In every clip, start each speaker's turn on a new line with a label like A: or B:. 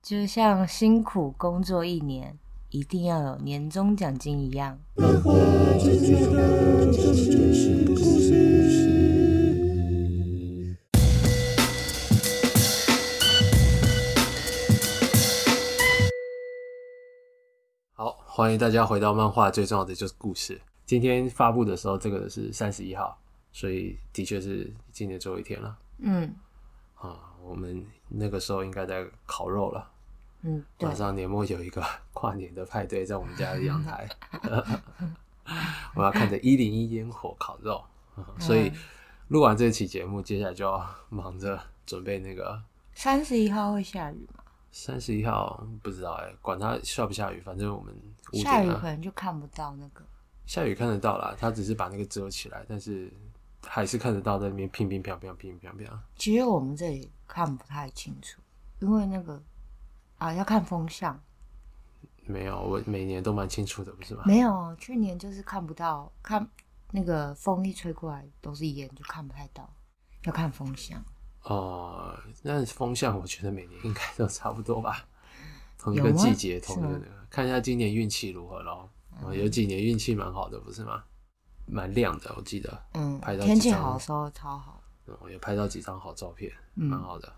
A: 就像辛苦工作一年，一定要有年终奖金一样。
B: 好，欢迎大家回到漫画最重要的就是故事。今天发布的时候，这个是三十一号，所以的确是今年最后一天了
A: 嗯
B: 啊。我们那个时候应该在烤肉了，
A: 嗯，对
B: 马，上年末有一个 跨年的派对，在我们家的阳台， 我要看着一零一烟火烤肉。啊所
A: 嗯
B: 以录完这期节目，接下来就要忙着准备那个
A: 三十一号会下雨吗？
B: 三十一号，不知道哎、管它下不下雨，反正我们五点、啊、
A: 下雨可能就看不到那个。
B: 下雨看得到啦，他只是把那个遮起来，但是还是看得到在那边乒乒乓乓、乒乒乓乓。
A: 其实我们这里看不太清楚，因为那个啊要看风向。
B: 没有，我每年都蛮清楚的，不是吗？
A: 没有，哦去年就是看不到，看那个风一吹过来都是烟，就看不太到，要看风向。
B: 哦、那风向我觉得每年应该都差不多吧，同一
A: 有
B: 个
A: 吗
B: 季节，
A: 是
B: 同一个
A: 吗
B: 那个看一下今年运气如何咯。哦有几年运气蛮好的，不是吗？蛮亮的，我记得，
A: 嗯
B: 拍，到
A: 天
B: 几
A: 气
B: 张
A: 好的时候超好。
B: 嗯我也拍到几张好照片，蛮
A: 嗯，
B: 好的。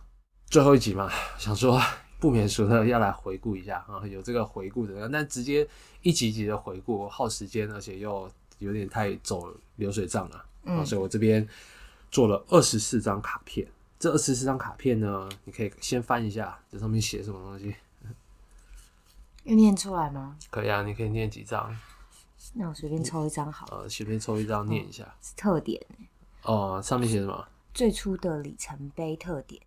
B: 最后一集嘛，想说不免俗的要来回顾一下啊，有这个回顾的，但直接一集一集的回顾耗时间，而且又有点太走流水账了、啊，
A: 嗯
B: 所以我这边做了二十四张卡片。这二十四张卡片呢，你可以先翻一下，这上面写什么东西？
A: 要念出来吗？
B: 可以啊，你可以念几张，
A: 那我随便抽一张好了，
B: 呃，随便抽一张念一下。
A: 是特点欸、
B: 哦、上面写什么？
A: 最初的里程碑特点。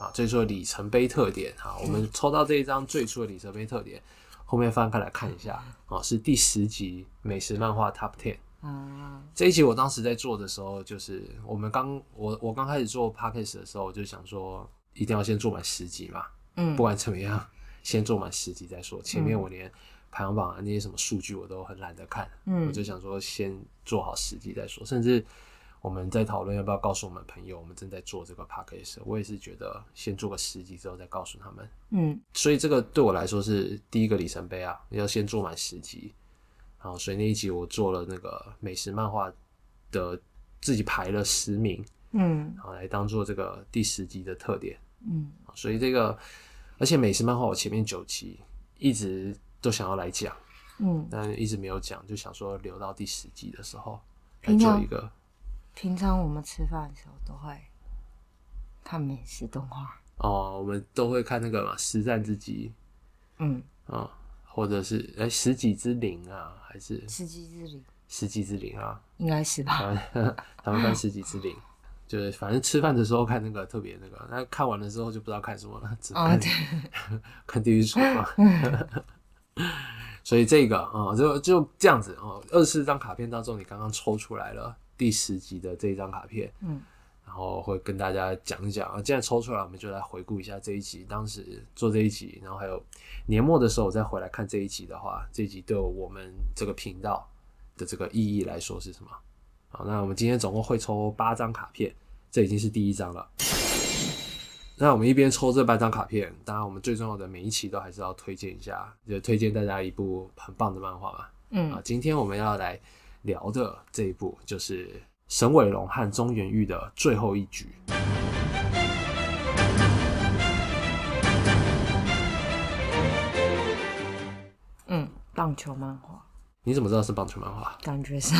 B: 啊，最初的里程碑特点啊，我们抽到这一张最初的里程碑特点，后面翻开来看一下啊，是第十集美食漫画 Top Ten
A: 啊，
B: 这一集。我当时在做的时候，就是我们刚我我刚开始做 Podcast 的时候，我就想说一定要先做满十集嘛，
A: 嗯
B: 不管怎么样，先做满十集再说。前面
A: 嗯
B: 我连排行榜啊那些什么数据我都很懒得看，
A: 嗯
B: 我就想说先做好实际再说，甚至我们在讨论要不要告诉我们朋友我们正在做这个 p a c k a g e 我也是觉得先做个实际之后再告诉他们，
A: 嗯
B: 所以这个对我来说是第一个里程碑啊，要先做满十集，然后所以那一集我做了那个美食漫画的自己排了十名，
A: 嗯
B: 然后来当做这个第十集的特点，
A: 嗯
B: 所以这个而且美食漫画我前面九集一直都想要来讲。
A: 嗯，
B: 但一直没有讲，就想说留到第十集的时候来
A: 平
B: 做
A: 常
B: 一个。
A: 平常我们吃饭的时候都会看美食动画。
B: 哦，我们都会看那个嘛，《实战之击
A: 嗯，》
B: 啊、或者是哎、十几之灵》啊，还是《
A: 吃鸡之旅
B: 十几之灵》啊？
A: 应该是吧？
B: 台 湾台湾看《十几之灵》，就是反正吃饭的时候看那个特别那个，那看完了之后就不知道看什么了，只
A: 啊、
B: 看、
A: 对，
B: 看地狱厨房。 所以这个啊、就就这样子啊，二十四张卡片当中，你刚刚抽出来了第十集的这一张卡片，
A: 嗯
B: 然后会跟大家讲一讲啊。既然抽出来，我们就来回顾一下这一集，当时做这一集，然后还有年末的时候我再回来看这一集的话，这一集对我们这个频道的这个意义来说是什么？好，那我们今天总共会抽八张卡片，这已经是第一张了。那我们一边抽这八张卡片，当然我们最重要的每一期都还是要推荐一下，就推荐大家一部很棒的漫画嘛。啊
A: 嗯，
B: 今天我们要来聊的这一部就是沈伟龙和中原玉的最后一局。
A: 嗯，棒球漫画，
B: 你怎么知道是棒球漫画？
A: 感觉上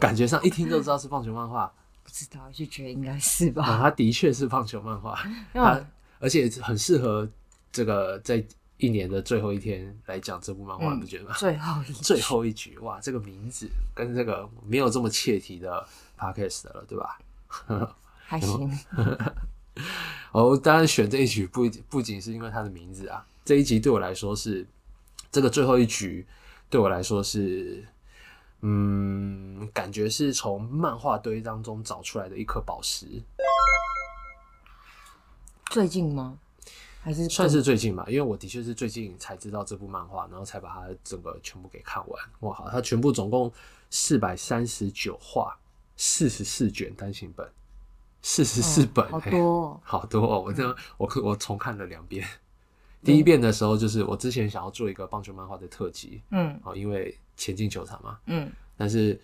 B: 感觉上一听就知道是棒球漫画
A: 不知道，就觉得应该是吧。
B: 啊，它的确是棒球漫画，
A: 因为我
B: 它而且很适合这个在一年的最后一天来讲这部漫画，
A: 嗯
B: 你不觉得吗？
A: 最后一
B: 最
A: 句
B: 后一局，哇，这个名字跟这个没有这么切题的 podcast 了，对吧？
A: 还行，
B: 哦，当然选这一局不不仅是因为它的名字啊，这一集对我来说是这个最后一局对我来说是，嗯，感觉是从漫画堆当中找出来的一颗宝石，
A: 最近吗？还是
B: 算
A: 更
B: 是最近吧，因为我的确是最近才知道这部漫画，然后才把它整个全部给看完。哇，好，它全部总共四百三十九话，四十四卷单行本，四十四
A: 嗯
B: 本、哎
A: 好
B: 嘿
A: 多、哦。
B: 好多哦！我这样，我我重看了两遍，
A: 嗯
B: 第一遍的时候，就是我之前想要做一个棒球漫画的特辑，
A: 嗯
B: 哦，因为前进球场嘛，
A: 嗯
B: 但是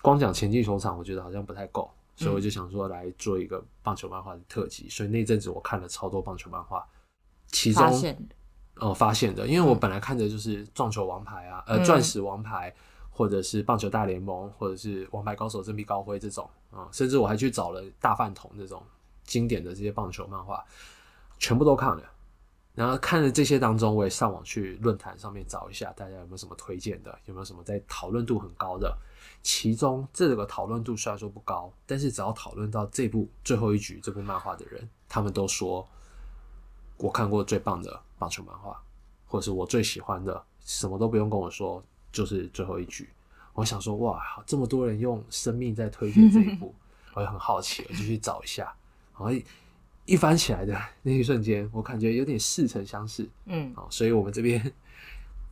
B: 光讲前进球场，我觉得好像不太够，所
A: 嗯
B: 以我就想说来做一个棒球漫画的特辑。所以那阵子我看了超多棒球漫画，其中
A: 发现的
B: 呃发现的，因为我
A: 嗯
B: 本来看的就是撞球王牌啊，呃
A: 嗯
B: 钻石王牌，或者是棒球大联盟，或者是王牌高手振臂高挥这种啊、甚至我还去找了大饭桶这种经典的这些棒球漫画，全部都看了。然后看了这些当中，我也上网去论坛上面找一下，大家有没有什么推荐的，有没有什么在讨论度很高的？其中这个讨论度虽然说不高，但是只要讨论到这部最后一局这部漫画的人，他们都说我看过最棒的棒球漫画，或者是我最喜欢的，什么都不用跟我说，就是最后一局。我想说，哇，这么多人用生命在推荐这一部，我也很好奇，我就去找一下。然后一一翻起来的那一瞬间，我感觉有点似曾相识。
A: 嗯
B: 好，所以我们这边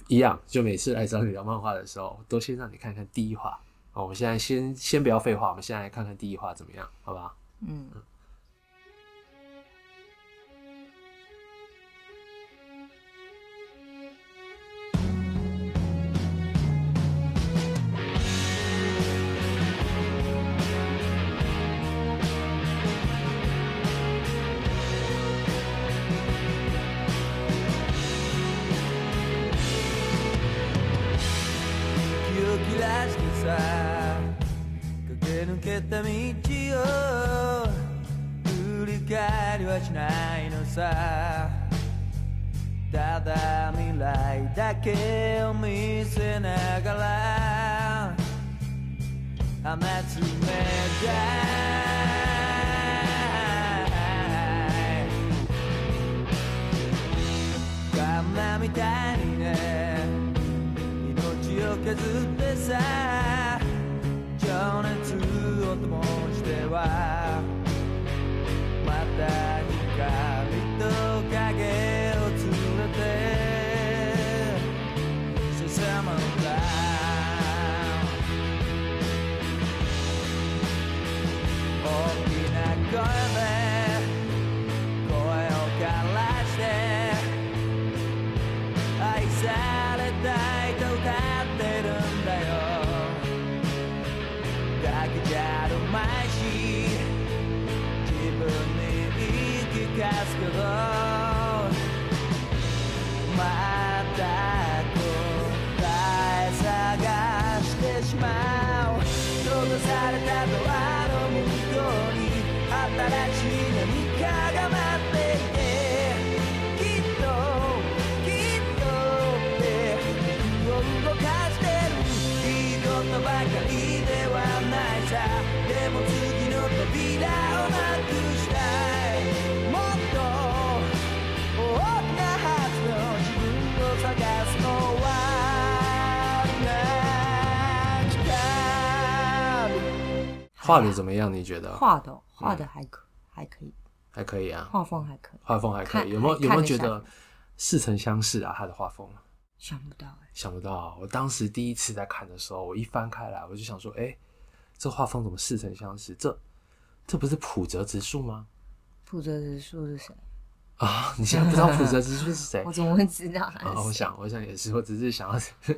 B: 一样，就每次来找你聊漫画的时候，都先让你看看第一话。好，我们现在先先不要废话，我们先来看看第一话怎么样，好吧？
A: 嗯
C: 勇気出してさ駆け抜けた道を振り返りはしないのさただ未来だけを見せながら雨つめたいガンみたいにね命を削ってさ情熱を灯してはまた光と影を連れて進むんだ大きな声で声を枯らして愛されたいと歌ってるんだよだけじゃあるまいし自分に言い聞かすけどまた答え探してしまう閉ざされたドアの向こうに新しい何かが待っていてきっときっとって動かしてるいいことばかりではないさでも次の扉をなくしたいもっと大きなはずの自分を探すのはなき
B: 画的怎么嗯样？你觉得？
A: 画的哦画的还可还可以，
B: 还可以啊，
A: 画风还可以，
B: 画风还可
A: 看
B: 以。有没有有没
A: 看
B: 有
A: 得
B: 觉得
A: 下
B: 似曾相识啊？他的画风，
A: 想不到哎，
B: 想不到，我当时第一次在看的时候，我一翻开来，我就想说，哎、这画风怎么似曾相识？这这不是普泽直树吗？
A: 负责人数是谁？
B: 啊，你现在不知道普泽直树是谁
A: 我？怎么会知 道他
B: 啊，我
A: 是谁？
B: 想，我想也是，我只是想要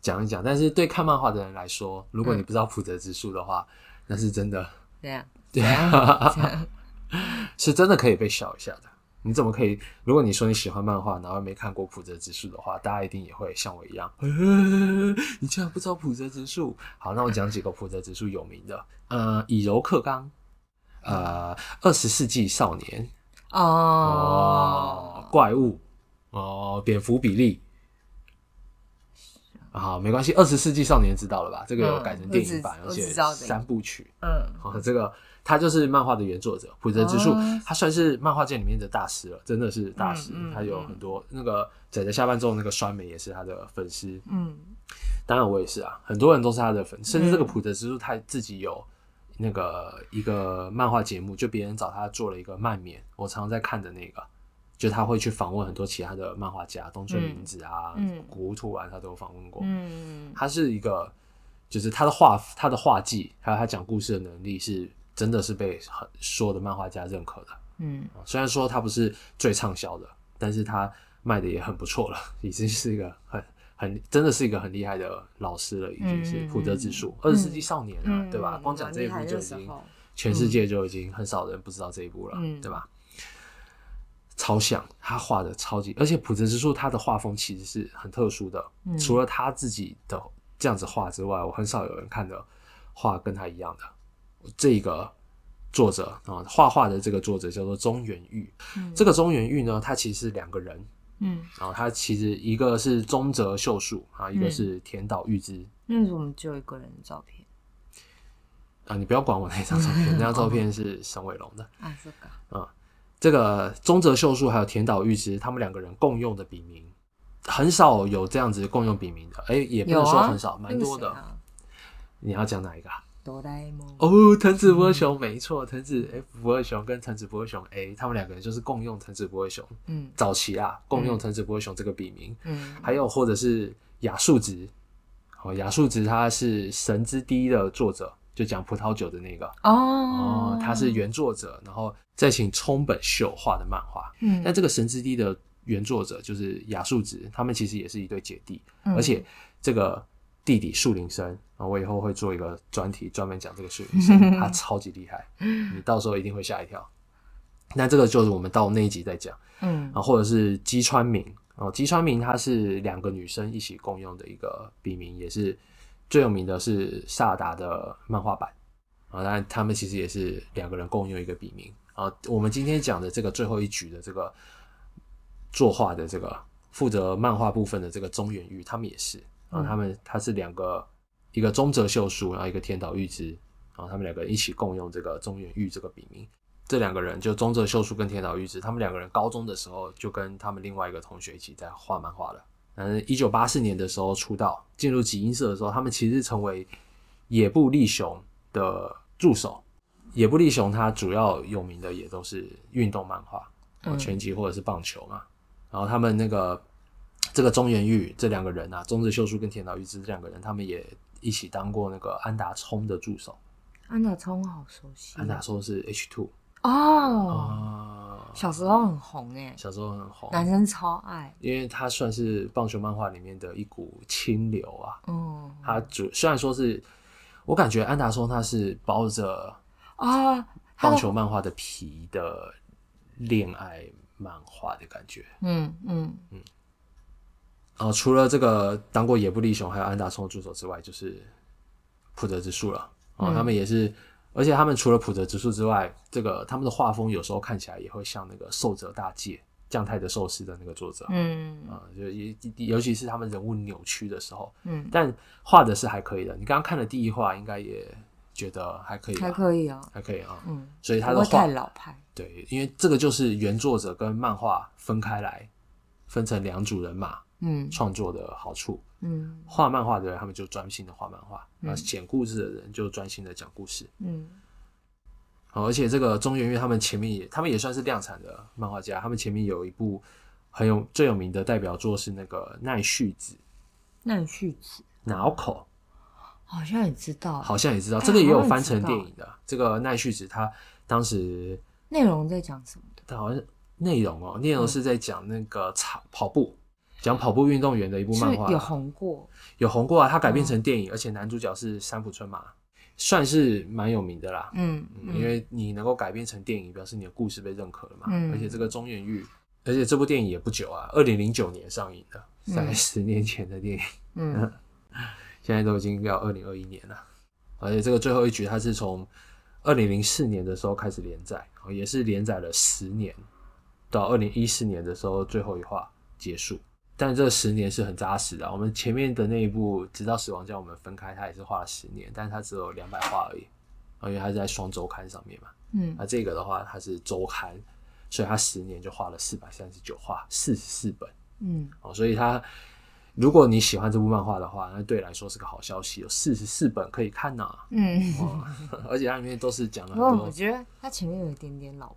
B: 讲一讲。但是对看漫画的人来说，如果你不知道普泽之树的话，那是真的，
A: 这样
B: 对啊， 是真的可以被笑一下的。你怎么可以？如果你说你喜欢漫画，然后没看过普泽之树的话，大家一定也会像我一样，呃你竟然不知道普泽之树？好，那我讲几个普泽之树有名的，呃，以柔克刚，呃，二十世纪少年，哦
A: 哦，，
B: 怪物哦，蝙蝠比利。啊，没关系，《二十世纪少年》知道了吧？这个有
A: 嗯
B: 改成
A: 我
B: 电
A: 知
B: 影版，而
A: 我
B: 且
A: 知道这个
B: 三部曲。
A: 嗯
B: 哦，这个他就是漫画的原作者普泽之树
A: 哦，
B: 他算是漫画界里面的大师了，真的是大师
A: 嗯嗯。
B: 他有
A: 嗯
B: 很多那个仔仔下班之后，那个酸梅也是他的粉丝。
A: 嗯
B: 当然我也是啊，很多人都是他的粉，嗯甚至这个普泽之树他自己有那个一个漫画节目，就别人找他做了一个漫免，我常常在看的那个，就他会去访问很多其他的漫画家，东村明子啊、
A: 嗯嗯
B: 古土啊，他都有访问过。
A: 嗯
B: 他是一个，就是他的画、他的画技，还有他讲故事的能力是真的是被很所有的漫画家认可的。
A: 嗯
B: 虽然说他不是最畅销的，但是他卖的也很不错了，已经是一个很很真的是一个很厉害的老师了，已经是
A: 嗯
B: 普泽之树，
A: 嗯
B: 二十世纪少年啊，对吧？光讲这一部就已经全世界就已经很少人不知道这一部了，
A: 嗯
B: 对吧？超像他画的超级，而且普泽之树他的画风其实是很特殊的，
A: 嗯
B: 除了他自己的这样子画之外，我很少有人看的画跟他一样的。这个作者啊，画画的这个作者叫做中原玉，
A: 嗯
B: 这个中原玉呢，他其实是两个人，
A: 嗯，
B: 然后他其实一个是中泽秀树啊，一个是田岛裕之。
A: 那为什么只有一个人的照片？
B: 啊，你不要管我那张照 片，那张照片是沈伟龙的。
A: 啊，这个，
B: 这个中泽秀树还有田岛裕之，他们两个人共用的笔名，很少有这样子共用笔名的。哎，也不
A: 有
B: 能说
A: 啊，
B: 很少，蛮多的。
A: 那个谁啊
B: 你要讲哪一个、啊？
A: 哆啦 A 梦，
B: 哦，藤子不二雄，没错，藤子 F 不二雄跟藤子不二雄 A，他们两个人就是共用藤子不二雄，
A: 嗯
B: 早期啊，共用
A: 嗯
B: 藤子不二雄这个笔名。
A: 嗯，
B: 还有或者是雅树直，哦，雅树直他是《神之滴》的作者，就讲葡萄酒的那个
A: 哦
B: 哦，，他是，原作者，然后再请冲本秀画的漫画。
A: 嗯，
B: 那这个《神之滴》的原作者就是雅树直，他们其实也是一对姐弟，
A: 嗯
B: 而且这个弟弟树林生，啊，我以后会做一个专题专门讲这个树林 生，他超级厉害，你到时候一定会吓一跳。那这个就是我们到那一集再讲。
A: 嗯
B: 啊，或者是姬川明哦，姬川明她是两个女生一起共用的一个笔名，也是最有名的是萨达的漫画版啊。当然，他们其实也是两个人共用一个笔名啊。我们今天讲的这个最后一局的这个作画的这个负责漫画部分的这个中原玉，他们也是啊，
A: 嗯
B: 他们他是两个一个中泽秀树，然后一个天岛裕之，然后他们两个人一起共用这个中原玉这个笔名。这两个人就中泽秀树跟田岛裕之，他们两个人高中的时候就跟他们另外一个同学一起在画漫画了。嗯，一九八四年的时候出道，进入集英社的时候，他们其实成为野部利雄的助手。野部利雄他主要有名的也都是运动漫画，
A: 嗯
B: 拳击或者是棒球嘛。然后他们那个这个中原玉这两个人啊，中泽秀树跟田岛裕之这两个人，他们也一起当过那个安达充的助手。
A: 安达充好熟悉
B: 安达充是 H two
A: 哦，
B: 啊，
A: 小时候很红哎，
B: 小时候很红，
A: 男生超爱，
B: 因为他算是棒球漫画里面的一股清流啊。
A: 嗯
B: 他主虽然说是，我感觉安达充他是包着
A: 啊，他
B: 棒
A: 的
B: 球漫画的皮的恋爱漫画的感觉。
A: 嗯嗯
B: 呃，除了这个当过野布利雄还有安达充的助手之外，就是普泽之树了。哦、
A: 嗯
B: 他们也是，而且他们除了普泽之树之外，这个他们的画风有时候看起来也会像那个寿泽大介将太的寿司的那个作者。
A: 嗯
B: 啊、就尤尤其是他们人物扭曲的时候，
A: 嗯，
B: 但画的是还可以的。你刚刚看的第一画，应该也觉得还可以吧，
A: 还可以哦，
B: 还可以啊。
A: 嗯，
B: 所以他
A: 不
B: 的
A: 会
B: 画
A: 太，老派，
B: 对，因为这个就是原作者跟漫画分开来，分成两组人马
A: 嗯
B: 创作的好处。
A: 嗯
B: 画漫画的人，他们就专心的画漫画；
A: 嗯
B: 啊，讲故事的人就专心的讲故事。
A: 嗯
B: 好，而且这个中原月他们前面也，他们也算是量产的漫画家。他们前面有一部很有最有名的代表作是那个奈绪子
A: 那续子
B: 脑口。
A: 好像也知道，
B: 好像也知道，
A: 哎
B: 这个也有
A: 好像
B: 翻
A: 也知
B: 成
A: 道
B: 电影的。这个奈绪子他当时
A: 内容在讲什么的，
B: 他好像内容哦，内容
A: 嗯
B: 是在讲那个跑跑步，讲跑步运动员的一部
A: 是
B: 漫画，
A: 嗯有红嗯过，
B: 有红过啊。它改编成电影，而且男主角是三浦春马，算是蛮有名的啦。
A: 嗯
B: 嗯，因为你能够改编成电影，表示你的故事被认可了嘛。
A: 嗯
B: 而且这个中原玉，而且这部电影也不久啊，二零零九年上映的，
A: 嗯
B: 大概十年前的电影。
A: 嗯
B: 现在都已经要二零二一年了，而且这个最后一局它是从二零零四年的时候开始连载，哦也是连载了十年，到二零一四年的时候最后一话结束。但这十年是很扎实的啊，我们前面的那一部《直到死亡将我们分开》，它也是画了十年，但是它只有两百话而已，啊因为它是在双周刊上面嘛。
A: 嗯
B: 那这个的话，它是周刊，所以它十年就画了四百三十九画，四十四本。
A: 嗯
B: 哦，所以它如果你喜欢这部漫画的话，那对来说是个好消息，有四十四本可以看呐、
A: 嗯，
B: 哦， 而且它里面都是讲了
A: 不
B: 很
A: 过
B: 多
A: 哦我，觉得他前面有一点点老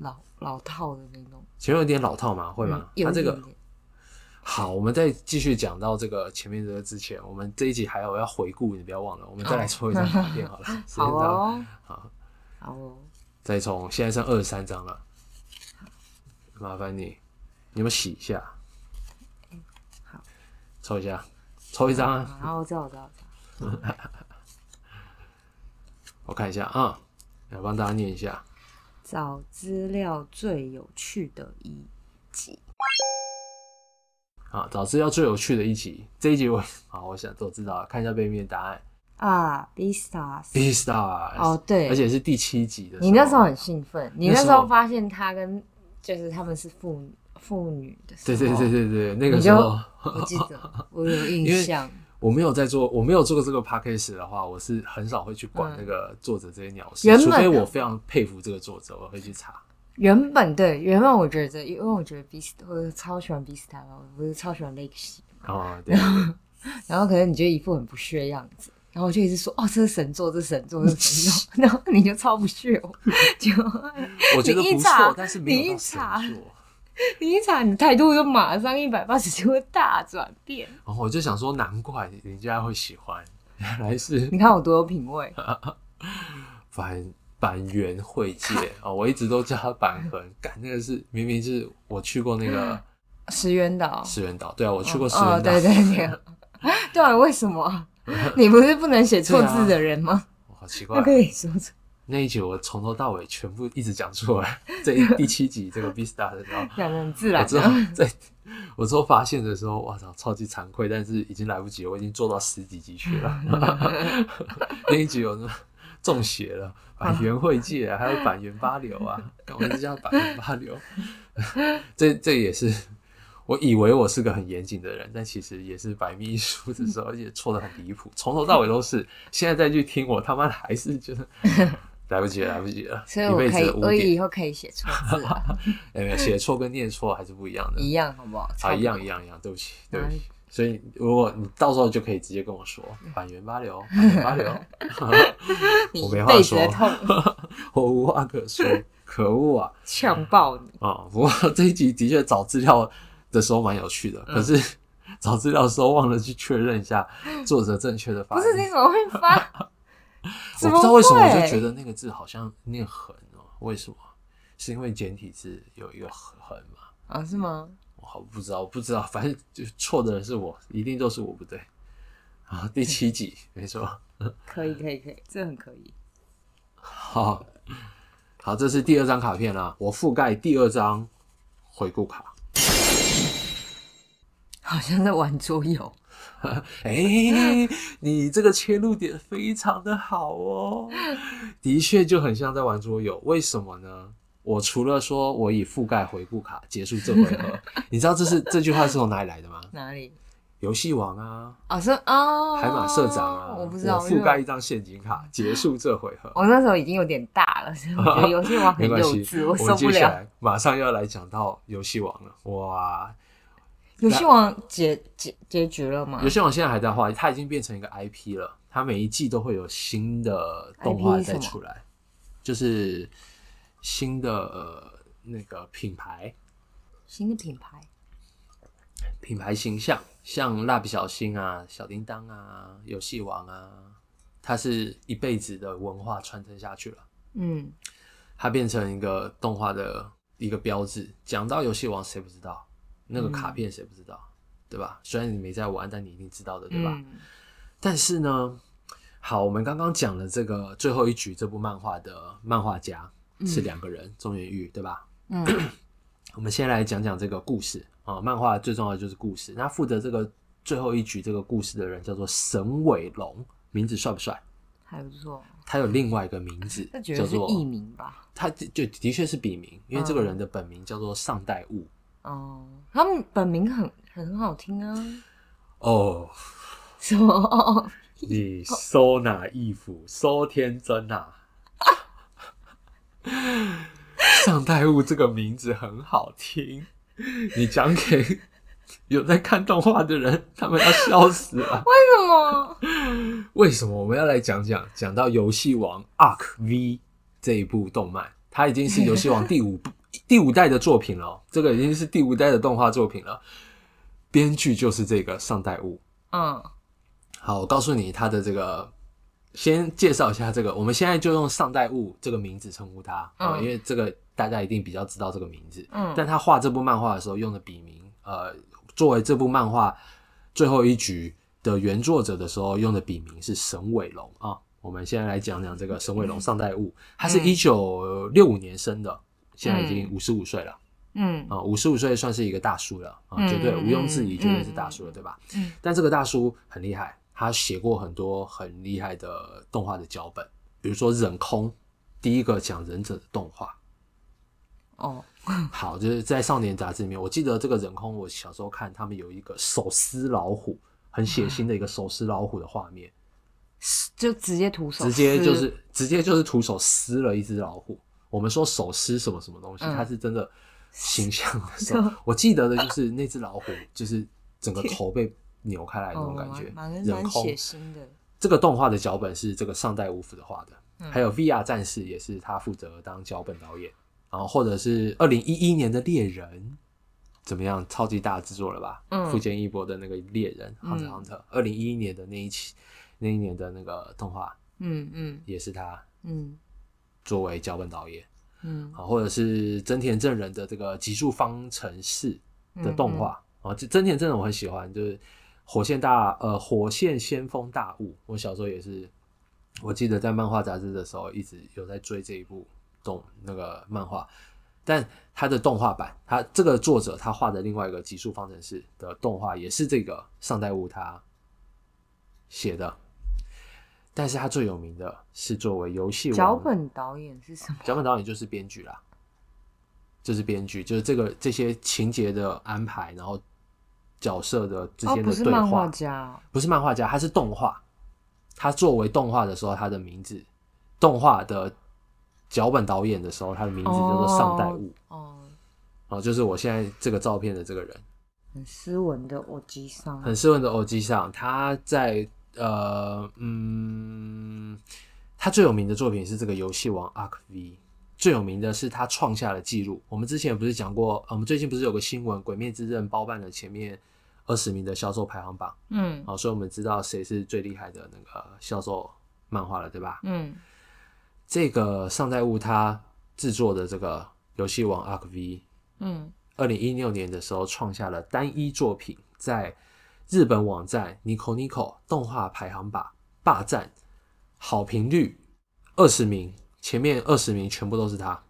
A: 老老套的那种，
B: 前面有点老套嘛，会吗？
A: 嗯有
B: 它
A: 一
B: 这
A: 点
B: 个
A: 点，
B: 好，我们再继续讲到这个前面这个之前，我们这一集还有要回顾，你不要忘了，我们再来抽一张卡片 好了，时间
A: 哦好
B: 到了，
A: 哦
B: 好，
A: 好哦，
B: 再从现在剩二十三张了，麻烦你你有没有洗一下？
A: 嗯好，
B: 抽一下，抽一张啊，
A: 然后我知道，我知道，我知道
B: 我看一下啊，来帮大家念一下。
A: 找资料最有趣的一集，
B: 啊，早知道最有趣的一集，这一集我好，我想都知道了，看一下背面答案
A: 啊，Vistas。
B: ，B Star
A: 哦，，对，
B: 而且是第七集的。
A: 你那时候很兴奋，你
B: 那
A: 那
B: 时
A: 时
B: 候
A: 候发现他跟就是他们是父女父女的时
B: 对
A: 候，
B: 对对对对，那个
A: 你
B: 时
A: 就
B: 候
A: 我记得，我 有印
B: 因为
A: 象。
B: 我没有在做，我没有做过这个 podcast 的话，我是很少会去管那个作者这些鸟
A: 嗯
B: 事，
A: 原
B: 除
A: 本
B: 非
A: 的
B: 我非常佩服这个作者，我会去查。
A: 原本对，原本我觉得，因为我觉得 Beast，我超喜欢 Beast 嘛，我不是超喜欢 Lake Sheep，
B: 哦，对，
A: 然后可能你就一副很不屑的样子，然后我就一直说，哦，这是神作，这是神作，这是神 作，然后你就超不屑我， 就
B: 我觉得
A: 你一
B: 不
A: 查
B: 错，但是没
A: 你
B: 有
A: 一
B: 到神
A: 查
B: 作。
A: 你一查，你态度就马上一百八十度的大转变。
B: 然哦后我就想说，难怪人家会喜欢，原来是
A: 你看我多有品味，
B: 板板垣惠 介啊、哦，我一直都叫他板痕，干那个是明明是我去过那个
A: 石原岛，
B: 石原岛，对啊，我去过石
A: 哦，
B: 原岛，
A: 对对对， 对啊，为什么？你不是不能写错字的人 吗？
B: 哦好奇
A: 那
B: 怪，
A: 可以说错，
B: 那一集我从头到尾全部一直讲出来， 这一第七集这个 B Star 的时候。
A: 讲的很自
B: 我
A: 然
B: 之后
A: 的。
B: 在，我之后发现的时候，哇操，超级惭愧，但是已经来不及了，我已经做到十几集去了。 那一集我真的中邪了，板垣惠介啊、还有板垣八柳啊，干我一直叫板垣八柳。 这这也是我以为我是个很严谨的人，但其实也是百密一疏的时候，而且错的很离谱，从头到尾都是。现在再去听我，他妈的还是觉得 来不及了，来不及了，
A: 所以
B: 一
A: 我
B: 辈
A: 可
B: 子
A: 以
B: 的，污
A: 我以
B: 点。
A: 后可以写错字啊，
B: 哎没有写错跟念错还是不一样的，
A: 一样好不好？
B: 啊，一
A: 差
B: 样一样一样，对不起，对不
A: 哪
B: 起
A: 里。嗯
B: 所以如果你到时候就可以直接跟我说板垣八流，板垣八 流，
A: 不多，你
B: 我没
A: 一
B: 话
A: 辈子的
B: 说
A: 痛，
B: 我无话可说，可恶啊！
A: 呛爆你。
B: 啊、不过这一集的确找资料的时候蛮有趣的，
A: 嗯
B: 可是 找资料的时候忘了去确认一下作者正确的发
A: 不
B: 音。
A: 是你怎么会发？
B: 我不知道为什么，我
A: 怎
B: 就
A: 会
B: 觉得那个字好像念横哦，为什么？是因为简体字有一个横吗？
A: 啊是吗？
B: 我好不知道，我不知道，反正就错的人是我，一定都是我不对。啊，第七集，没错。
A: 可以可以可以，这很可以。
B: 好，好，这是第二张卡片啦、我覆盖第二张回顾卡。
A: 好像在玩桌游，
B: 哎、你这个切入点非常的好哦，的确就很像在玩桌游。为什么呢？我除了说我以覆盖回顾卡结束这回 合，你知道这是这句话是从哪里来的吗？
A: 哪里？
B: 游戏王啊，
A: 啊是哦，
B: 海马社长啊，
A: 我不知道，因为
B: 覆盖一张陷阱卡结束这回合。
A: 我那时候已经有点大了，所以我 觉得游戏王哦很
B: 没关
A: 幼
B: 系，
A: 稚，我受
B: 们
A: 不
B: 接下
A: 了。
B: 来马上要来讲到游戏王了，哇！
A: 游戏王结结结局了吗
B: 游戏王现在还在画，它已经变成一个 IP 了，它每一季都会有新的动画
A: IP 是
B: 再
A: 什么
B: 出来，就是新的、呃、那个品牌、
A: 新的品牌
B: 品牌形象，像蜡笔小新啊、小叮当啊、游戏王啊，它是一辈子的文化传承下去了。
A: 嗯，
B: 它变成一个动画的一个标志。讲到游戏王，谁不知道？那个
A: 嗯
B: 卡片谁不知道？对吧？虽然你没在玩，但你一定知道的，对吧？
A: 嗯？
B: 但是呢，好，我们刚刚讲了这个最后一局这部漫画的漫画家是两个人，中原玉，对吧？
A: 嗯，
B: 我们先来讲讲这个故事啊、漫画最重要的就是故事。那负责这个最后一局这个故事的人叫做神尾龙，名字帅不帅？
A: 还不错，
B: 他有另外一个名 字
A: 这绝
B: 叫
A: 对是
B: 做
A: 艺名吧？
B: 他的就的确是笔名，因为这个
A: 嗯
B: 人的本名叫做上代悟。
A: 哦，他们本名很很好听 啊，
B: 哦，
A: 什么？哦
B: 你收哪一幅？收天真啊！ 上代悟这个名字很好听，你讲给有在看动画的人，他们要笑死了。
A: 为什么？
B: 为什么我们要来讲讲讲到《游戏王 Arc V》这一部动漫？它已经是《游戏王》第五部 第五代的作品了哦，这个已经是第五代的动画作品了。编剧就是这个上代悟。
A: 嗯，
B: 好，我告诉你他的这个，先介绍一下这个，我们现在就用上代悟这个名字称呼他，啊，
A: 嗯
B: 因为这个大家一定比较知道这个名字。
A: 嗯
B: 但他画这部漫画的时候用的笔名，呃，作为这部漫画最后一局的原作者的时候用的笔名是沈伟龙啊。我们现在来讲讲这个沈伟龙上代悟，他是
A: 嗯
B: 一九六五年生的，现在已经五十五岁了
A: 嗯
B: 啊，五十五岁算是一个大叔了啊，
A: 嗯
B: 绝对
A: 嗯
B: 毋庸置疑，
A: 嗯
B: 绝对是大叔了，对吧？
A: 嗯
B: 但这个大叔很厉害，他写过很多很厉害的动画的脚本，比如说《忍空》，第一个讲忍者的动画，
A: 哦，
B: 好，就是在少年杂志里面，我记得这个忍空，我小时候看他们有一个手撕老虎，很血腥的一个手撕老虎的画面，
A: 就直接徒手撕，
B: 直接就是直接就是徒手撕了一只老虎。我们说手撕什么什么东西，
A: 嗯
B: 它是真的形象的手。我记得的就是那只老虎，就是整个头被扭开来那种
A: 哦，
B: 感觉，
A: 蛮蛮
B: 忍
A: 蛮
B: 空
A: 血腥的，
B: 这个动画的脚本是这个上代五辅的画的，
A: 嗯
B: 还有《VR 战士》也是他负责当脚本导演，然后或者是二零一一年的《猎人》怎么样，超级大制作了吧？
A: 嗯
B: 富坚义博的那个《猎人》
A: 嗯
B: Hunter Hunter，二零一一年的那一期，那一年的那个动画
A: 嗯嗯
B: 也是他
A: 嗯
B: 作为脚本导演，
A: 嗯
B: 啊，或者是真田正人的这个《极速方程式》
A: 嗯
B: 的动画啊，这真田真人我很喜欢，就是《火线大呃火线先锋大物》，我小时候也是，我记得在漫画杂志的时候一直有在追这一部动那个漫画，但它的动画版，它这个作者他画的另外一个《极速方程式》的动画也是这个上代悟他写的。但是他最有名的是作为游戏王
A: 脚本导演是什么？
B: 脚本导演就是编剧啦，就是编剧，就是这个这些情节的安排，然后角色的之
A: 哦，
B: 间
A: 不
B: 的
A: 是
B: 对
A: 漫
B: 话，
A: 画家哦，
B: 不是漫画家，他是动画。他作为动画的时候，他的名字，动画的脚本导演的时候，他的名字叫做上代悟，
A: 哦，
B: 啊、就是我现在这个照片的这个人，
A: 很斯文的耳机上，
B: 很斯文的偶机上，他在呃嗯，他最有名的作品是这个游戏王 Arc V。最有名的是他创下了记录。我们之前不是讲过，呃我们最近不是有个新闻，《鬼灭之刃》包办了前面二十名的销售排行榜，
A: 嗯
B: 好、所以我们知道谁是最厉害的那个销售漫画了，对吧？
A: 嗯
B: 这个上代悟他制作的这个《游戏王 Arc V》
A: 嗯
B: 二零一六年的时候创下了单一作品在日本网站 Nico Nico 动画排行榜霸占好评率二十名，前面二十名全部都是他，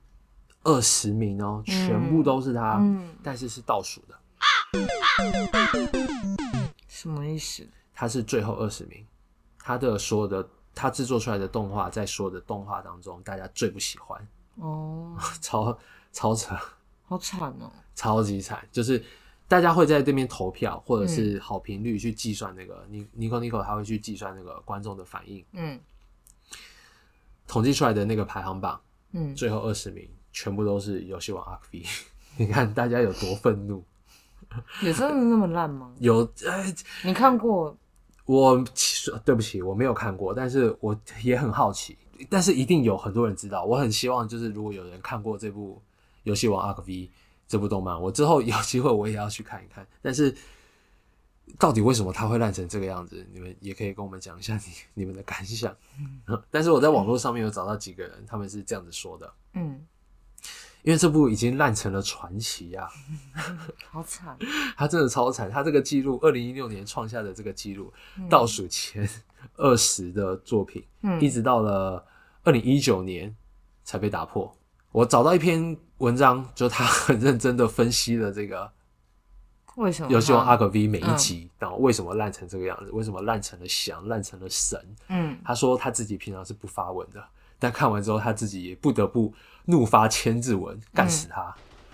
B: 二十名哦，全部都是他，
A: 嗯，
B: 但是是倒数的，
A: 什么意思？
B: 他是最后二十名，他的所有的他制作出来的动画，在所有的动画当中，大家最不喜欢，
A: 哦，
B: 超超扯。
A: 好惨哦，
B: 超级惨，就是大家会在这边投票或者是好评率去计算那个尼尼 i 尼 o 他会去计算那个观众的反应，
A: 嗯
B: 统计出来的那个排行榜
A: 嗯，
B: 最后二十名全部都是游戏王 r v 你看大家有多愤怒？
A: 有真的那么烂吗？
B: 有呃，
A: 你看过？
B: 我其实对不起，我没有看过，但是我也很好奇，但是一定有很多人知道。我很希望就是如果有人看过这部《游戏王 r v 这部动漫，我之后有机会我也要去看一看。但是到底为什么它会烂成这个样子？你们也可以跟我们讲一下你你们的感想。但是我在网络上面有找到几个人，他们是这样子说的，
A: 嗯，
B: 因为这部已经烂成了传奇啊。
A: 好惨，
B: 他真的超惨，他这个记录，二零一六年创下的这个记录，
A: 嗯
B: 倒数前二十的作品，
A: 嗯
B: 一直到了二零一九年才被打破。我找到一篇文章，就他很认真的分析了这个
A: 为什么？
B: 游戏王阿，克 V 每
A: 嗯
B: 一集，然后为什么烂成这个样子，为什么烂成了翔，烂成了神。
A: 嗯，
B: 他说他自己平常是不发文的，但看完之后他自己也不得不怒发千字文，干死他。